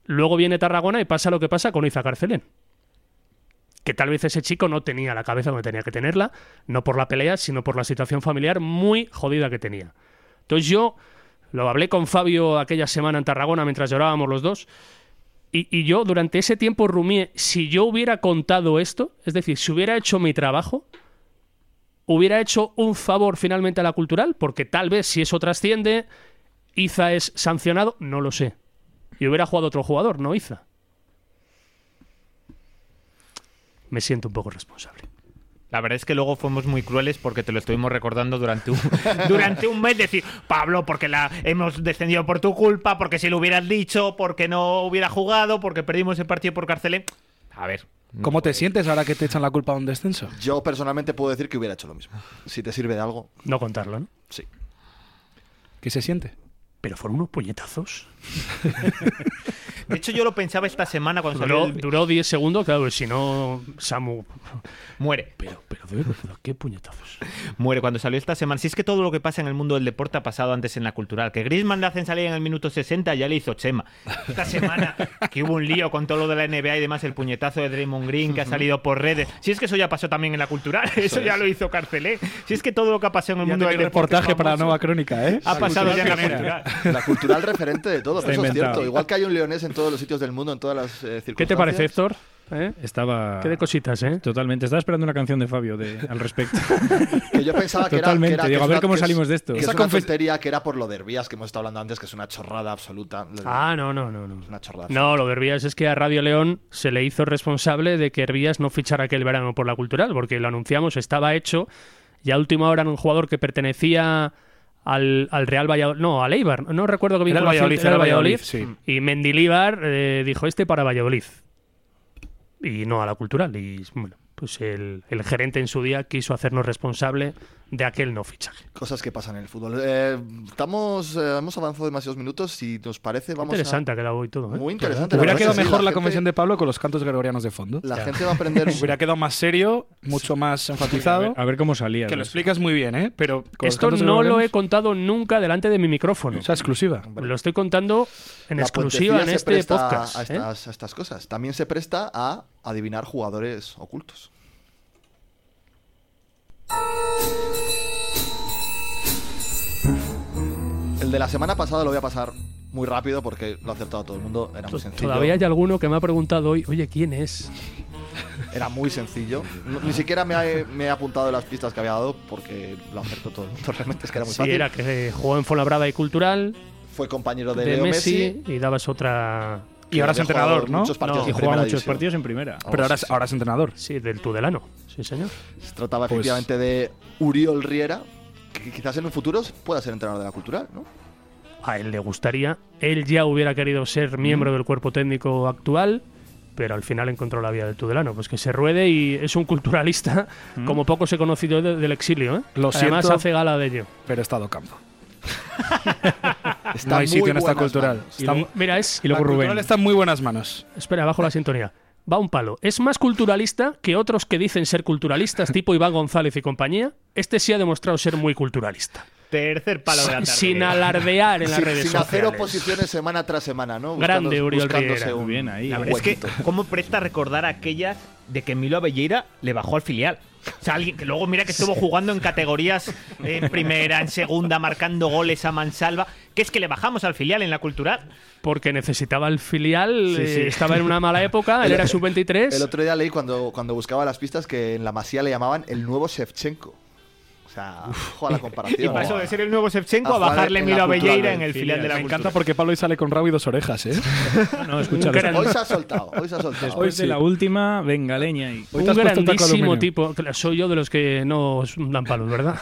D: Luego viene Tarragona y pasa lo que pasa con Iza Carcelén. Que tal vez ese chico no tenía la cabeza donde tenía que tenerla, no por la pelea, sino por la situación familiar muy jodida que tenía. Entonces yo lo hablé con Fabio aquella semana en Tarragona mientras llorábamos los dos. Y, y yo durante ese tiempo rumié, si yo hubiera contado esto, es decir, si hubiera hecho mi trabajo, hubiera hecho un favor finalmente a la cultural, porque tal vez si eso trasciende, Iza es sancionado, no lo sé. Y hubiera jugado otro jugador, no Iza. Me siento un poco responsable.
B: La verdad es que luego fuimos muy crueles porque te lo estuvimos recordando durante un, [laughs] durante un mes. Decir, Pablo, porque la hemos descendido por tu culpa, porque si lo hubieras dicho, porque no hubiera jugado, porque perdimos el partido por Carcelén. A ver. no
C: ¿Cómo te
B: puede-
C: sientes ahora que te echan la culpa de un descenso?
A: Yo personalmente puedo decir que hubiera hecho lo mismo. Si te sirve de algo,
D: No contarlo, ¿no?
A: sí.
C: ¿Qué se siente?
D: Pero fueron unos puñetazos.
B: De hecho, yo lo pensaba esta semana cuando salió
D: Duró,
B: el-
D: duró 10 segundos, claro, si no, Samu.
B: Muere.
D: Pero, pero, de verdad, qué puñetazos.
B: Muere cuando salió esta semana. Si es que todo lo que pasa en el mundo del deporte ha pasado antes en la cultural. Que Griezmann le hacen salir en el minuto 60, ya le hizo Chema. Esta semana que hubo un lío con todo lo de la NBA y demás, el puñetazo de Draymond Green que ha salido por redes. Si es que eso ya pasó también en la cultural, eso ya lo hizo Carcelé. Si es que todo lo que ha pasado en el mundo del deporte
C: reportaje para la
B: famoso
C: nueva crónica, ¿eh?
B: ha pasado ya en la
E: Pionera.
B: cultural.
A: La cultural referente de
D: [laughs]
A: todo,
E: Está
A: eso es
E: inventado.
A: cierto. Igual que hay un leonés en todos los sitios del mundo, en todas las eh, circunstancias.
D: ¿Qué te parece, Héctor? ¿Eh?
E: Estaba.
D: Qué de cositas, ¿eh?
E: Totalmente. Estaba esperando una canción de Fabio de, al respecto.
A: Que yo pensaba que era-
E: Totalmente.
A: que era. que
E: Digo, a
A: es
E: ver
A: una- que
E: cómo
A: es-
E: salimos de esto.
A: que
E: Esa
A: es una
E: confes-
A: tontería que era por lo de Herbías, que hemos estado hablando antes, que es una chorrada absoluta.
D: Ah, no, no, no, no.
A: Una chorrada.
D: No, lo de Hervías es que a Radio León se le hizo responsable de que Hervías no fichara aquel verano por la cultural, porque lo anunciamos, estaba hecho. Y a última hora era un jugador que pertenecía al, al Real Valladolid. No, al Eibar. No recuerdo qué
C: Era el
D: vinculación-
C: Valladolid,
D: era el Valladolid. mm.
C: sí.
D: Y Mendilíbar eh, dijo este para Valladolid. Y no a la cultural. Y bueno, pues el, el gerente en su día quiso hacernos responsable de aquel no fichaje.
A: Cosas que pasan en el fútbol. Eh, estamos, eh, hemos avanzado demasiados minutos. Si nos parece, vamos
D: Interesante
A: a.
D: ha quedado hoy todo. ¿eh?
A: Muy interesante. la
C: Hubiera
A: verdad
C: quedado
A: es que sí,
C: mejor la
A: gente-
C: convención de Pablo con los cantos gregorianos de fondo.
A: La gente va a
E: [laughs]
A: aprender.
C: Hubiera quedado más serio, mucho más
E: A
C: enfatizado.
E: ver, a ver cómo salía.
C: Que lo
E: ¿no?
C: explicas muy bien, ¿eh? Pero con los
D: Esto
C: cantos
D: no lo he
C: gregorianos-
D: contado nunca delante de mi micrófono.
C: O sea, exclusiva.
D: Lo estoy contando en
A: la
D: exclusiva
A: puentecilla
D: en
A: se
D: este
A: presta
D: podcast.
A: A
D: ¿eh?
A: estas, a estas cosas. También se presta a adivinar jugadores ocultos. El de la semana pasada lo voy a pasar muy rápido porque lo ha acertado todo el mundo. Era muy sencillo.
D: Todavía hay alguno que me ha preguntado hoy, oye, ¿quién es?
A: Era muy sencillo. No- ni siquiera me he, me he apuntado las pistas que había dado porque lo acertó todo el mundo. [laughs] Realmente es que era muy
D: Si
A: fácil.
D: era que eh, jugó en Fuenlabrada y Cultural,
A: Fue compañero de,
D: de,
A: Leo Messi.
D: Messi, y dabas otra...
A: que
C: Y ahora es
A: había jugado
C: entrenador, ¿no?
A: Muchos partidos
E: Y
D: No,
A: en
E: jugaba
A: primera
E: muchos
A: división.
E: partidos en primera.
C: Pero ahora es, ahora es entrenador.
D: Sí, del Tudelano. Sí, señor.
A: Se trataba efectivamente de Uriol Riera, que quizás en un futuro pueda ser entrenador de la cultural, ¿no?
D: A él le gustaría. Él ya hubiera querido
A: Mm.
D: ser miembro del cuerpo técnico actual, pero al final encontró la vía del Tudelano. Pues que se ruede y es un culturalista
A: Mm.
D: como poco se ha conocido de- del exilio. ¿eh?
C: Lo
D: Además
C: siento.
D: hace gala de ello.
C: Pero está Docampo.
A: Está
C: No hay
A: muy
C: sitio en esta
A: buenas
C: cultural.
A: manos.
D: Y
C: Está,
D: luego- mira, es...
E: Y luego
C: la cultural
E: Rubén.
C: está en muy buenas manos.
D: Espera, bajo
B: Eh.
D: la sintonía. Va un palo. Es más culturalista que otros que dicen ser culturalistas, tipo Iván González y compañía. Este sí ha demostrado ser muy culturalista.
B: Tercer palo de la tarde.
D: Sin alardear en las
A: sin,
D: redes
A: sin hacer
D: sociales.
A: oposiciones semana tras semana, ¿no?
D: Grande
A: Buscando-
D: Uriol
A: buscándose
D: Riera.
A: un-
E: Muy bien ahí.
B: La
A: un
B: verdad es que,
A: huequito.
B: ¿cómo presta recordar aquella de que Milo Avelleira le bajó al filial? O sea, alguien que luego mira que estuvo jugando en categorías en primera, en segunda, marcando goles a mansalva, que es que le bajamos al filial en la cultural.
D: Porque necesitaba el filial, eh, estaba en una mala época, él era
A: El
D: sub-23.
A: otro día leí cuando, cuando buscaba las pistas que en la masía le llamaban el nuevo Shevchenko. O sea, ojo a la
B: Y
A: comparación.
B: pasó de ser el nuevo Shevchenko a
A: A jugar
B: bajarle
A: en
B: Milo
A: la cultural
B: Avelleira en
A: del
B: el filial de la
C: Me encanta
B: cultural.
C: porque Pablo hoy sale con rabo y dos orejas, ¿eh?
E: No, escucha.
D: Un gran-
A: Hoy se ha soltado, hoy se ha soltado.
E: Después de la última, venga, leña y.
C: Hoy te
D: un
C: has puesto el taco de
D: grandísimo
C: aluminio.
D: tipo. Claro, Soy yo de los que no os dan palos, ¿verdad?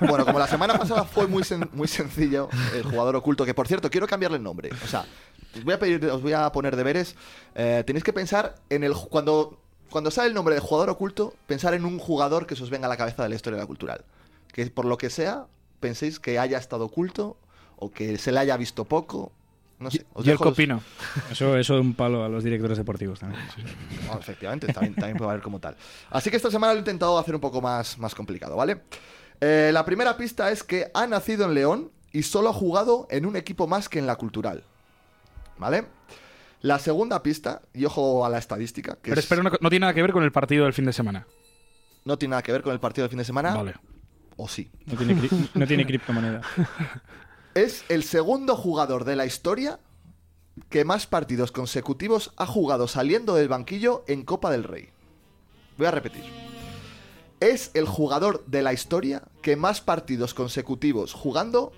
A: [laughs] Bueno, como la semana pasada fue muy, sen- muy sencillo, el jugador oculto, que por cierto, quiero cambiarle el nombre. O sea, os voy a, pedir, os voy a poner deberes. Eh, tenéis que pensar en el. ju- Cuando, cuando sale el nombre de jugador oculto, pensar en un jugador que se os venga a la cabeza de la historia de la cultural. Que por lo que sea, penséis que haya estado oculto o que se le haya visto poco. No sé. os
C: Y el
A: dejo los-
C: copino.
E: Eso, eso de un palo a los directores deportivos también.
A: Ah, efectivamente, también, también puede valer como tal. Así que esta semana lo he intentado hacer un poco más, más complicado, ¿vale? Eh, la primera pista es que ha nacido en León y solo ha jugado en un equipo más que en la cultural. ¿Vale? La segunda pista, y ojo a la estadística, que
C: Pero
A: es-
C: espera, una co- no tiene nada que ver con el partido del fin de semana.
A: no tiene nada que ver con el partido del fin de semana,
C: Vale.
A: o sí.
E: No tiene, cri- no
C: [laughs]
E: tiene criptomoneda.
A: Es el segundo jugador de la historia que más partidos consecutivos ha jugado saliendo del banquillo en Copa del Rey. Voy a repetir. Es el jugador de la historia que más partidos consecutivos jugando.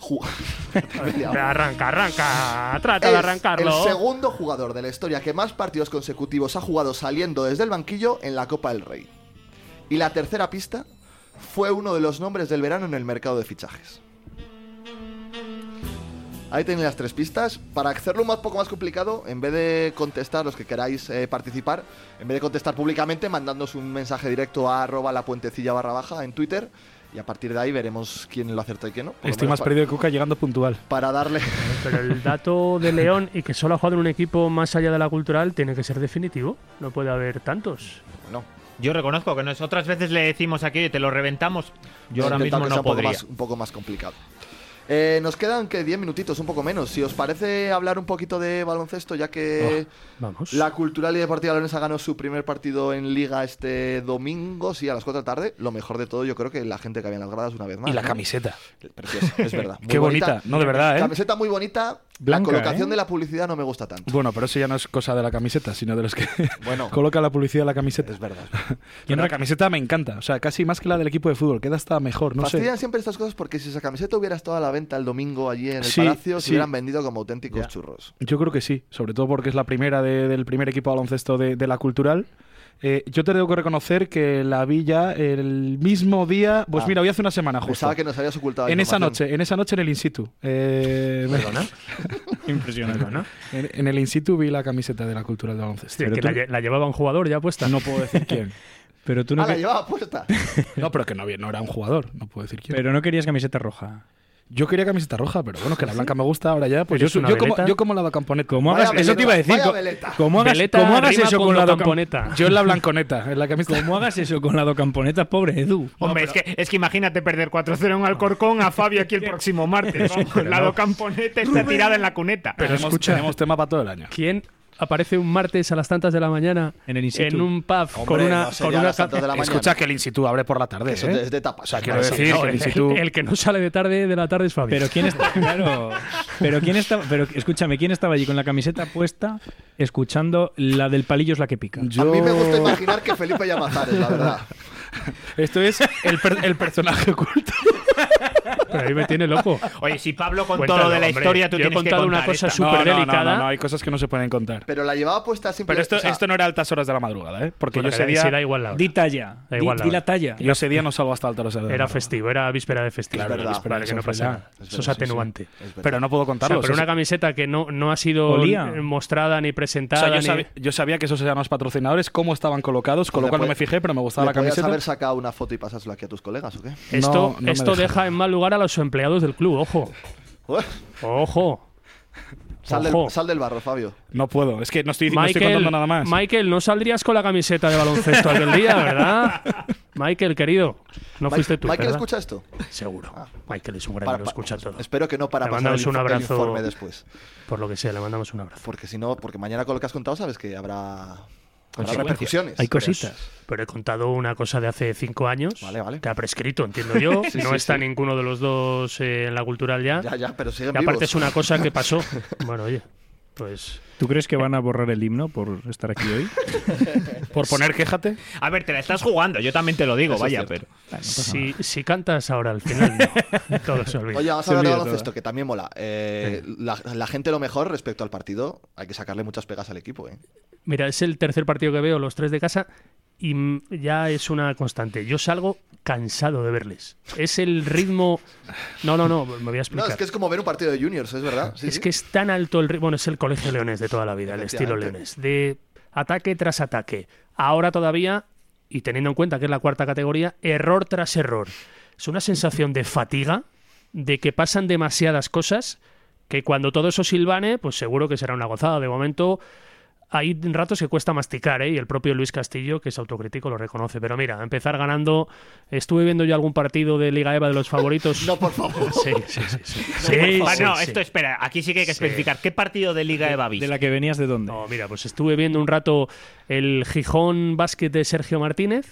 A: ju- [laughs] Me he liado.
D: Arranca, arranca. Trata
A: Es
D: de arrancarlo.
A: El segundo jugador de la historia que más partidos consecutivos ha jugado saliendo desde el banquillo en la Copa del Rey. Y la tercera pista fue uno de los nombres del verano en el mercado de fichajes. Ahí tenéis las tres pistas. Para hacerlo un más- poco más complicado, en vez de contestar los que queráis eh, participar, en vez de contestar públicamente, mandándonos un mensaje directo a arroba la puentecilla barra baja en Twitter Y a partir de ahí veremos quién lo acertó y quién no. Por lo
C: Estoy
A: menos
C: más
A: pa-
C: perdido que Cuca llegando puntual.
A: Para darle. [laughs]
D: Pero el dato de León y que solo ha jugado en un equipo más allá de la cultural tiene que ser definitivo. No puede haber tantos.
A: No.
B: Yo reconozco que nos otras veces le decimos aquí, "Oye, te lo reventamos. Yo ahora
A: He intentado
B: mismo
A: que sea
B: no
A: un poco,
B: podría.
A: más, un poco más complicado. Eh, nos quedan que 10 minutitos, un poco menos. Si os parece hablar un poquito de baloncesto, ya que
C: Oh.
D: Vamos.
A: la Cultural y Deportiva Leonesa ganó su primer partido en Liga este domingo, sí, a las 4 de la tarde. Lo mejor de todo, yo creo que la gente que había en las gradas una vez más.
G: Y la
A: ¿no?
G: camiseta.
A: Preciosa,
C: [laughs]
A: es verdad. Muy
C: Qué bonita. No, de verdad, ¿eh?
A: Camiseta muy bonita.
C: Blanca,
A: la colocación
C: ¿eh?
A: de la publicidad no me gusta tanto.
C: Bueno, pero eso ya no es cosa de la camiseta, sino de los que [laughs]
A: Bueno.
C: coloca la publicidad en la camiseta.
A: Es verdad.
C: [laughs] Y la camiseta me encanta, o sea, casi más que la del equipo de fútbol, queda hasta mejor, no
A: Fastidian
C: sé.
A: siempre estas cosas porque si esa camiseta hubiera estado a la venta el domingo allí en el
C: Sí,
A: Palacio, se
C: sí.
A: hubieran vendido como auténticos churros.
C: Yo creo que sí, sobre todo porque es la primera de- del primer equipo de baloncesto de, de la cultural. Eh, yo te tengo que reconocer que la vi ya el mismo día, pues
A: Ah.
C: mira, hoy hace una semana justo.
A: Pensaba que nos habías ocultado
C: en esa
A: información.
C: noche, en esa noche en el in situ. Eh, [laughs]
E: Impresionante.
C: en, en el in situ vi la camiseta de la cultural de baloncesto.
D: Hostia,
C: Pero
D: que
C: tú-
D: la, lle- la llevaba un jugador ya puesta.
C: no puedo decir quién.
E: Pero tú no,
A: Ah, la
E: que-
A: llevaba puesta.
C: No, pero que no, había- no era un jugador, no puedo decir quién.
E: pero no querías camiseta roja.
C: Yo quería camiseta roja, pero bueno, que la blanca me gusta ahora ya. Pues yo,
D: ¿Eres
C: su-
D: una
C: yo como,
D: veleta?
C: yo como la de Camponet.
E: Como
A: Vaya
E: hagas, eso te iba a decir.
A: veleta,
E: co-
A: vaya veleta.
E: Como hagas,
D: Veleta
E: como hagas
D: rima
E: eso
D: con
E: con la do
D: do
E: cam-
D: camponeta.
C: Yo en la blanconeta, en la camiseta.
E: Como hagas eso con la do camponeta, pobre Edu.
B: Hombre, es, que, es que imagínate perder 4-0 en Alcorcón a Fabio aquí el
A: [laughs]
B: próximo martes. Vamos, lado camponete está tirada en la cuneta.
C: Pero tenemos,
D: escucha.
C: tenemos tema para todo el año.
D: ¿Quién aparece un martes a las tantas de la mañana
E: En el in situ.
D: un pub con
A: Hombre,
D: una,
A: no sería
D: con
A: a
D: una
A: las tantas de la mañana.
C: Escucha que el instituto abre por la tarde.
A: Eso
C: ¿eh?
A: es de tapas.
C: O sea, quiero
A: Vale,
C: decir
D: No,
C: que el
D: el,
C: instituto.
D: [laughs] el que no sale de tarde de la tarde es Fabio.
E: Pero quién está,
D: [laughs]
E: claro, pero quién estaba, pero escúchame, quién estaba allí con la camiseta puesta, escuchando la del palillo es la que pica.
A: A mí me gusta imaginar que Felipe Llamazares, la verdad.
C: Esto es el, per- el personaje oculto.
D: Pero ahí me
C: [laughs]
D: tiene loco.
B: Oye, si Pablo contó
D: Cuéntalo,
B: lo de la
D: hombre.
B: historia, tú
D: Yo he
B: tienes que
D: contado una
B: contar
D: cosa
B: esta.
D: su- Súper delicada.
C: No, no, no, hay cosas que no se pueden contar.
A: Pero la llevaba puesta simple.
C: Pero esto,
A: o sea,
C: esto no era altas horas de la madrugada, ¿eh? Porque
D: Bueno,
C: yo ese
D: que da-
C: día.
D: sí, da igual la hora.
E: Di talla, di,
D: Da igual la
E: di
D: hora.
E: la talla.
C: Yo ese día no salgo hasta altas horas de la
D: Era
C: madrugada.
D: festivo, era víspera de festivo.
A: Claro,
D: Vale,
A: es
C: verdad,
D: que no
C: eso
D: pasa
C: es verdad.
D: nada. Eso es atenuante.
C: Pero no puedo
D: O sea,
C: contarlo.
D: pero
C: o sea,
D: una camiseta que no, no ha sido
E: Olía.
D: eh, mostrada ni
C: o
D: presentada.
C: sea, yo,
D: ni-
C: sabía, yo sabía que esos eran los patrocinadores, cómo estaban colocados, con lo
A: Le
C: cual no
A: puede-
C: me fijé, pero me gustaba
A: pues,
C: la
A: ¿Le podías
C: camiseta.
A: haber sacado una foto y pasárselo aquí a tus colegas o qué?
C: No,
D: Esto,
C: no me
D: esto
C: dejaron.
D: deja en mal lugar a los empleados del club, ojo.
A: Uf,
D: Ojo.
A: sal,
D: Ojo.
A: del, sal del barro, Fabio.
C: No puedo, es que no estoy, no estoy
D: Michael,
C: contando nada más.
D: Michael, no saldrías con la camiseta de baloncesto aquel día,
A: [laughs]
D: ¿verdad? Michael, querido, no
A: Ma-
D: fuiste tú,
A: Michael
D: ¿verdad?
A: escucha esto.
D: Seguro. Michael es un gran,
A: Para-
D: lo
A: pa-
D: escucha todo.
A: Espero que no para
D: Le
A: pasar el,
D: mandamos
A: inf-
D: un
A: el
D: abrazo.
A: informe después.
D: Por lo que sea, le mandamos un abrazo.
A: Porque si no, porque mañana con lo que has contado sabes que habrá, habrá
D: Consecuencias.
A: repercusiones.
E: Hay cositas.
D: Pero he contado una cosa de hace cinco años.
A: Vale, vale.
D: Que ha prescrito, entiendo
A: [laughs]
D: yo. no está ninguno de los dos eh, en la cultural ya.
A: Ya, ya, pero siguen
D: y aparte
A: vivos.
D: es una cosa que pasó.
A: [laughs]
D: bueno, oye, pues
E: ¿Tú crees que van a borrar el himno por estar aquí
D: [laughs]
E: hoy?
C: Por poner quéjate.
B: A ver, te la estás jugando, yo también te lo digo, vaya, pero.
D: si, si cantas ahora al final,
A: [laughs]
D: no. todo se olvida.
A: Oye, vamos a hablar de baloncesto, que también mola. Eh, la, la gente lo mejor respecto al partido, hay que sacarle muchas pegas al equipo. ¿eh?
D: Mira, es el tercer partido que veo, los tres de casa, y mm, ya es una constante. Yo salgo cansado de verles. Es el ritmo. No, no, no, me voy a
A: No,
D: explicar.
A: es que es como ver un partido de juniors, es verdad. Sí,
D: es
A: sí.
D: que es tan alto el ritmo. Bueno, es el colegio leones de toda la vida, el estilo
A: Efectivamente.
D: leones. De ataque tras ataque. Ahora todavía, y teniendo en cuenta que es la cuarta categoría, error tras error. Es una sensación de fatiga, de que pasan demasiadas cosas, que cuando todo eso silbane, pues seguro que será una gozada. De momento. Hay ratos que cuesta masticar, ¿eh? y el propio Luis Castillo, que es autocrítico, lo reconoce. Pero mira, empezar ganando. Estuve viendo yo algún partido de Liga Eva de los
A: [laughs]
D: favoritos.
A: No, por favor.
D: Sí, sí, sí. sí. Sí,
B: Ah,
D: sí,
B: no,
D: sí.
B: esto espera, aquí sí que hay que especificar. ¿Qué partido de Liga de Bavis?
E: ¿De la que venías de dónde?
D: No, mira, pues estuve viendo un rato el Gijón Básquet de Sergio Martínez.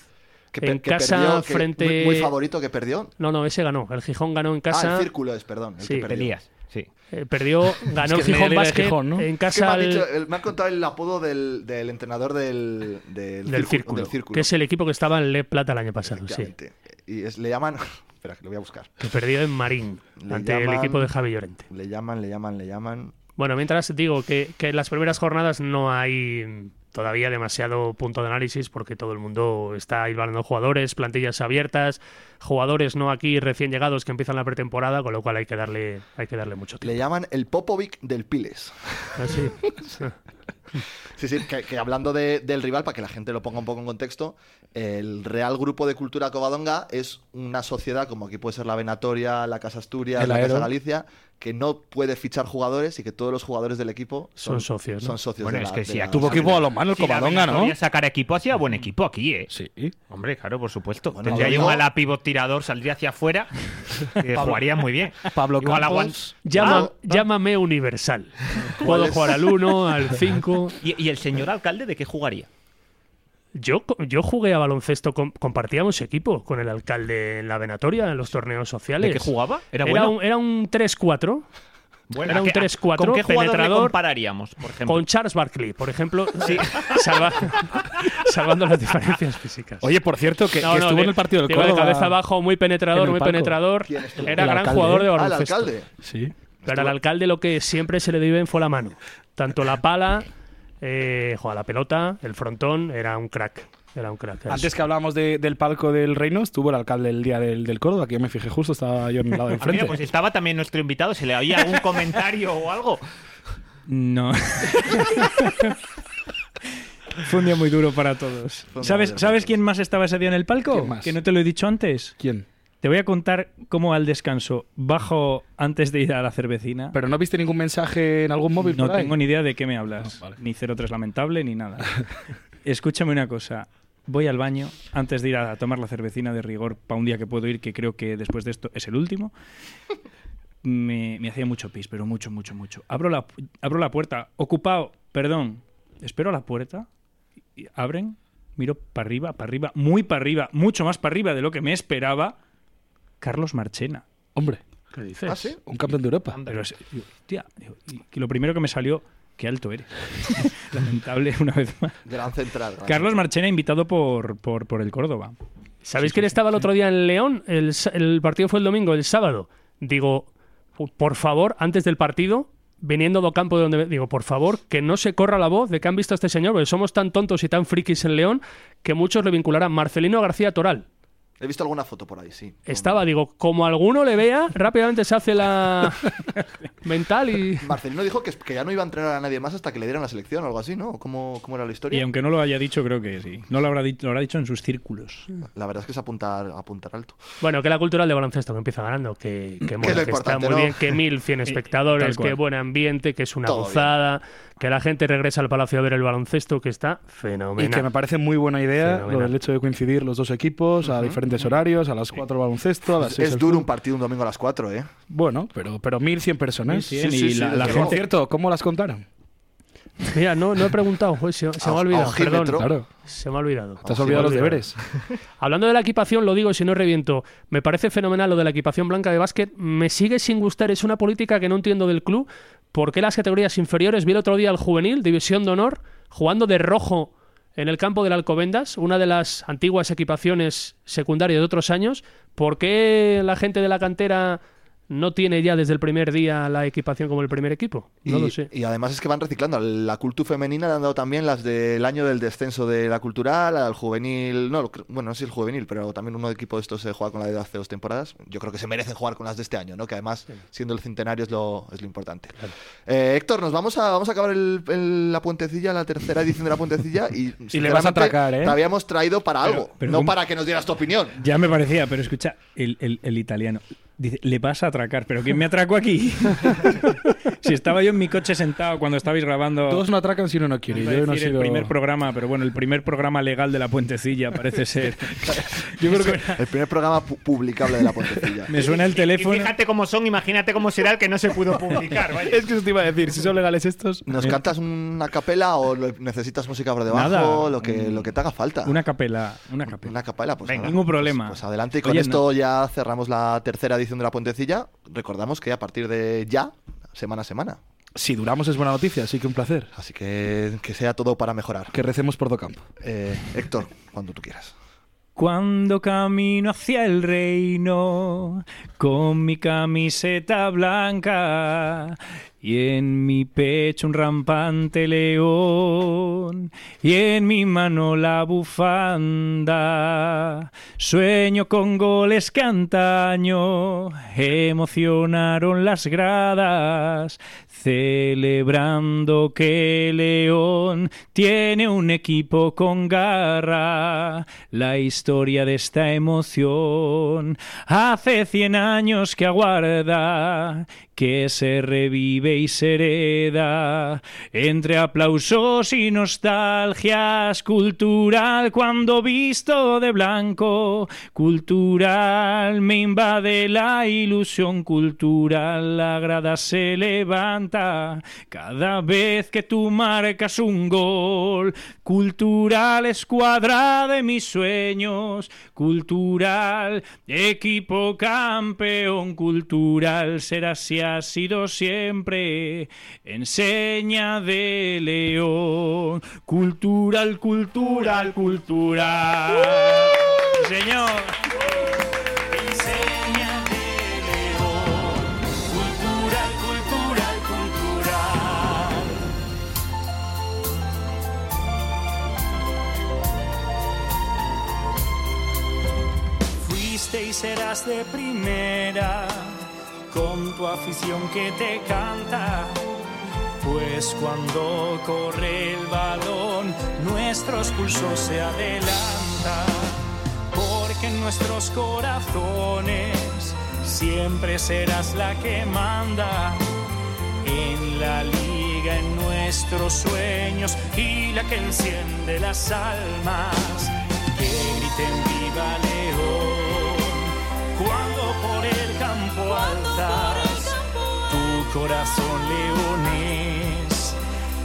A: Que pe-
D: en
A: que
D: casa
A: perdió, que-
D: frente.
A: muy, muy favorito que perdió.
D: No, no, ese ganó. El Gijón ganó en casa.
A: Ah, el círculo es, perdón. El
D: Sí,
A: que perdió.
B: Elías, sí.
D: eh,
A: [laughs]
D: perdió, ganó
C: Es que
D: el
C: es
D: Gijón
C: Liga de
D: Básquet.
C: Gijón, ¿no?
D: En
A: Es que me,
D: casa
A: han
D: el-
A: dicho- el- me han contado el apodo del, del entrenador del, del,
D: del, círculo,
A: del círculo.
D: que es el equipo que estaba en Le Plata el año pasado. Sí,
A: Efectivamente. Y es- le llaman. [laughs] Espera, que lo voy a buscar.
D: que perdió en Marín
A: Le
D: ante el
A: llaman-
D: equipo de Javi Llorente.
A: Le llaman, le llaman, le llaman.
D: Bueno, mientras digo que, que en las primeras jornadas no hay todavía demasiado punto de análisis porque todo el mundo está hilvanando jugadores, plantillas abiertas, jugadores no aquí recién llegados que empiezan la pretemporada, con lo cual hay que darle, hay que darle mucho
B: [laughs]
D: tiempo.
A: Le llaman el Popovic del Piles.
D: Así.
A: Sí, sí, que, que hablando de- del rival, para que la gente lo ponga un poco en contexto, el Real Grupo de Cultura Covadonga es una sociedad, como aquí puede ser la Venatoria, la Casa Asturias,
G: El
A: la Casa
G: Aero.
A: Galicia, que no puede fichar jugadores y que todos los jugadores del equipo son,
D: Son socios, ¿no?
A: Son socios
B: Bueno,
A: de
B: es
A: la-
B: que
A: de
B: si
A: la-
B: aquí-
C: Tuvo equipo a los manos,
B: Si
C: el
B: la
C: Covadonga, ¿no?
B: Venatoria sacar equipo hacía buen equipo aquí, ¿eh?
C: Sí.
B: Hombre, claro, por supuesto.
A: Bueno,
B: Tendría
A: lo
B: ahí un
A: digo-
B: ala pivot tirador, saldría hacia afuera. eh, jugaría muy bien.
G: Pablo
B: Igual aguan-
G: Campos.
D: Llama-
A: Ah,
D: Llámame universal. Puedo jugar al 1, al 5.
B: ¿Y, y el señor alcalde de qué jugaría?
D: Yo, co- yo jugué a baloncesto, com- compartíamos equipo con el alcalde en la venatoria, en los torneos sociales.
B: ¿De qué jugaba? ¿Era
D: Era,
B: bueno?
D: un, era un 3-4
B: Bueno,
D: era
B: ¿a
D: un
B: qué- a-
D: 3-4,
B: ¿Con qué jugador le
D: penetrador.
B: compararíamos, por ejemplo?
D: con Charles Barkley, por ejemplo, salva- [laughs] salvando las diferencias físicas.
G: Oye, por cierto, que,
D: No,
G: que
D: no,
G: estuvo
D: de-
G: en el partido del
D: digo, de
G: Córdoba.
D: cabeza abajo, muy
G: en
D: penetrador,
G: el
D: muy
G: palco.
D: penetrador.
A: ¿Quién estuvo?
D: Era
G: El
D: gran
G: alcalde,
D: jugador de
A: Ah, el
D: baloncesto.
A: alcalde.
G: Sí.
D: Pero al alcalde lo que siempre se le dio bien fue la mano. Tanto la pala, eh, jo, la pelota, el frontón, era un crack. Era un crack. Era
C: Antes que hablábamos de- del palco del reino, estuvo el alcalde el día del, del Córdoba, que yo me fijé justo, estaba yo en el lado de
B: Ah, mira,
C: enfrente.
B: pues estaba también nuestro invitado, ¿se le oía
E: [laughs]
B: algún comentario o algo?
E: No. [laughs] Fue un día muy duro para todos.
A: Fue un día muy
E: ¿Sabes,
A: duro
E: ¿sabes
A: para
E: quién más estaba ese día en el palco?
C: ¿Quién más?
E: Que no te lo he dicho antes.
C: ¿Quién?
E: Te voy a contar cómo al descanso bajo antes de ir a la cervecina.
C: ¿Pero no viste ningún mensaje en algún móvil?
E: no
C: por ahí?
E: tengo ni idea de qué me hablas. Ni 03 lamentable ni nada. Escúchame una cosa. Voy al baño antes de ir a tomar la cervecina de rigor para un día que puedo ir, que creo que después de esto es el último. Me, me hacía mucho pis, pero mucho, mucho, mucho. Abro la, pu- abro la puerta. Ocupado, perdón. Espero la puerta. y- Abren. Miro para arriba, para arriba, muy para arriba, mucho más para arriba de lo que me esperaba. Carlos Marchena.
C: Hombre,
D: ¿Qué dices?
A: ¿Ah, sí?
C: un campeón de Europa.
E: Pero es- digo, hostia, digo, y- y lo primero que me salió, qué alto eres. [laughs] Lamentable una vez más.
A: Gran central. gran
E: Carlos
A: central.
E: Marchena invitado por, por, por el Córdoba.
D: ¿Sabéis quién estaba el otro día en León? El, s- el partido fue el domingo, el sábado. Digo, por favor, antes del partido, viniendo do campo de donde. Digo, por favor, que no se corra la voz de que han visto a este señor, porque somos tan tontos y tan frikis en León que muchos le vincularán. Marcelino García Toral.
A: He visto alguna foto por ahí, sí.
D: Estaba, digo, como alguno le vea, rápidamente se hace la mental y.
A: Marcelino dijo que, que ya no iba a entrenar a nadie más hasta que le dieran la selección o algo así, ¿no? ¿Cómo, cómo era la
E: Y
A: historia?
E: aunque no lo haya dicho, creo que sí. No lo habrá, di- lo habrá dicho en sus círculos.
C: Mm.
A: La verdad es que es apuntar, apuntar alto.
D: Bueno, que la cultural de baloncesto que empieza ganando, que, que, mola,
A: es lo
D: que está
A: importante,
D: muy
A: ¿no?
D: bien,
C: [laughs]
D: que 1100 espectadores,
E: tal cual.
D: que buen ambiente, que es una
A: Todo bien.
D: gozada, que la gente regresa al palacio a ver el baloncesto, que
C: Y
D: está
C: que me
D: fenomenal.
C: parece muy buena idea
D: Fenomenal.
C: lo del hecho de coincidir los dos equipos a diferentes horarios, a las 4 baloncesto, a las 6
A: Es duro un partido un domingo a las 4, ¿eh?
C: Bueno, pero, pero 1.100 personas.
E: Sí, sí,
A: sí, sí,
E: y la, la
A: desde
C: Por
E: gente.
A: luego.
C: cierto, ¿cómo las contaron?
D: Mira, no, no he preguntado, joder, se, se
A: A-
D: me ha
A: a
D: olvidado,
A: ojímetro.
D: perdón.
C: Claro.
D: Se me ha olvidado.
C: Te has
D: Se me ha
C: olvidado los
D: olvidado.
C: deberes.
D: Hablando de la equipación, lo digo si no reviento, me parece fenomenal lo de la equipación blanca de básquet, me sigue sin gustar, es una política que no entiendo del club, ¿por qué las categorías inferiores? Vi el otro día al juvenil, División de Honor, jugando de rojo en el campo del Alcobendas, una de las antiguas equipaciones secundarias de otros años, ¿por qué la gente de la cantera no tiene ya desde el primer día la equipación como el primer equipo? No
A: y,
D: lo sé.
A: y además es que van reciclando. A La cultura femenina le han dado también las del año del descenso de la cultural, al juvenil. No, lo cre- bueno, no sé si el juvenil, pero también uno de equipo de estos se juega con la de hace dos temporadas. Yo creo que se merecen jugar con las de este año, ¿no? Que además, siendo el centenario, es lo, es lo importante. Eh, Héctor, nos vamos a, vamos a acabar el- el- la puentecilla, la tercera edición de la puentecilla.
C: Y le
A: Y,
C: vas a
A: sinceramente,
C: atracar, ¿eh?
A: Te habíamos traído para
E: Pero-
A: algo,
E: pero
A: no
E: ¿cómo?
A: para que nos dieras tu opinión.
E: Ya me parecía, pero escucha, el, el- el italiano. Dice, le vas a atracar, pero ¿quién me atracó aquí? [laughs] si estaba yo en mi coche sentado cuando estabais grabando.
C: Todos no atracan si uno no quiere.
E: Iba a
C: Yo, no he
E: decir el
C: sido-
E: primer programa, pero bueno, el primer programa legal de la puentecilla parece ser.
C: Yo creo que
A: El primer programa pu- publicable de la puentecilla.
E: [laughs] Me suena el
B: Y
E: teléfono.
B: fíjate cómo son, imagínate cómo será el que no se pudo publicar. vaya.
C: es que eso te iba a decir, si son legales estos.
E: Eh,
C: eh,
A: ¿Nos cantas una capela o lo- necesitas música por debajo?
E: Nada.
A: Lo que, lo que te haga falta.
E: Una capela, una capela.
A: Una capela, pues.
B: Venga,
A: nada.
E: ningún
A: Pues-
E: problema.
A: Pues, adelante, y con
E: Oye,
A: esto ya cerramos la tercera edición de La Puentecilla. Recordamos que a partir de ya, semana a semana.
C: Si duramos es buena noticia, así que un placer.
A: Así que que sea todo para mejorar.
C: Que recemos por Docampo.
A: Eh, Héctor, cuando tú quieras.
E: Cuando camino hacia el reino con mi camiseta blanca Y en mi pecho un rampante león, y en mi mano la bufanda. Sueño con goles que antaño emocionaron las gradas, celebrando que León tiene un equipo con garra. La historia de esta emoción hace cien años que aguarda que se revive y se hereda entre aplausos y nostalgias cultural cuando visto de blanco cultural me invade la ilusión cultural la grada se levanta cada vez que tú marcas un gol cultural escuadra de mis sueños cultural equipo campeón cultural será si ha sido siempre enseña de león. Cultural, cultural, cultural. Señor. ¡Uh! Enseña de león. Cultural, cultural, cultural. Fuiste y serás de primera con tu afición que te canta. Pues cuando corre el balón, nuestros pulsos se adelantan. Porque en nuestros corazones siempre serás la que manda. En la liga, en nuestros sueños y la que enciende las almas. Que griten viva León cuando por el campo alzas tu corazón leones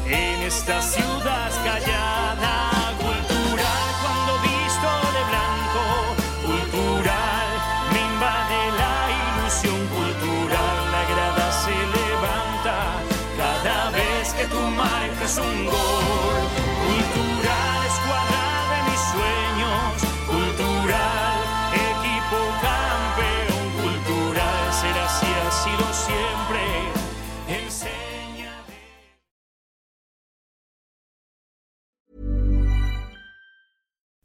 E: en esta ciudad callada. Cultural cuando visto de blanco, cultural me invade la ilusión cultural. La grada se levanta cada vez que tú marcas un gol. Cultural escuadra de mis sueños, cultural equipo campeón, cultural será así, ha sido siempre. Enseña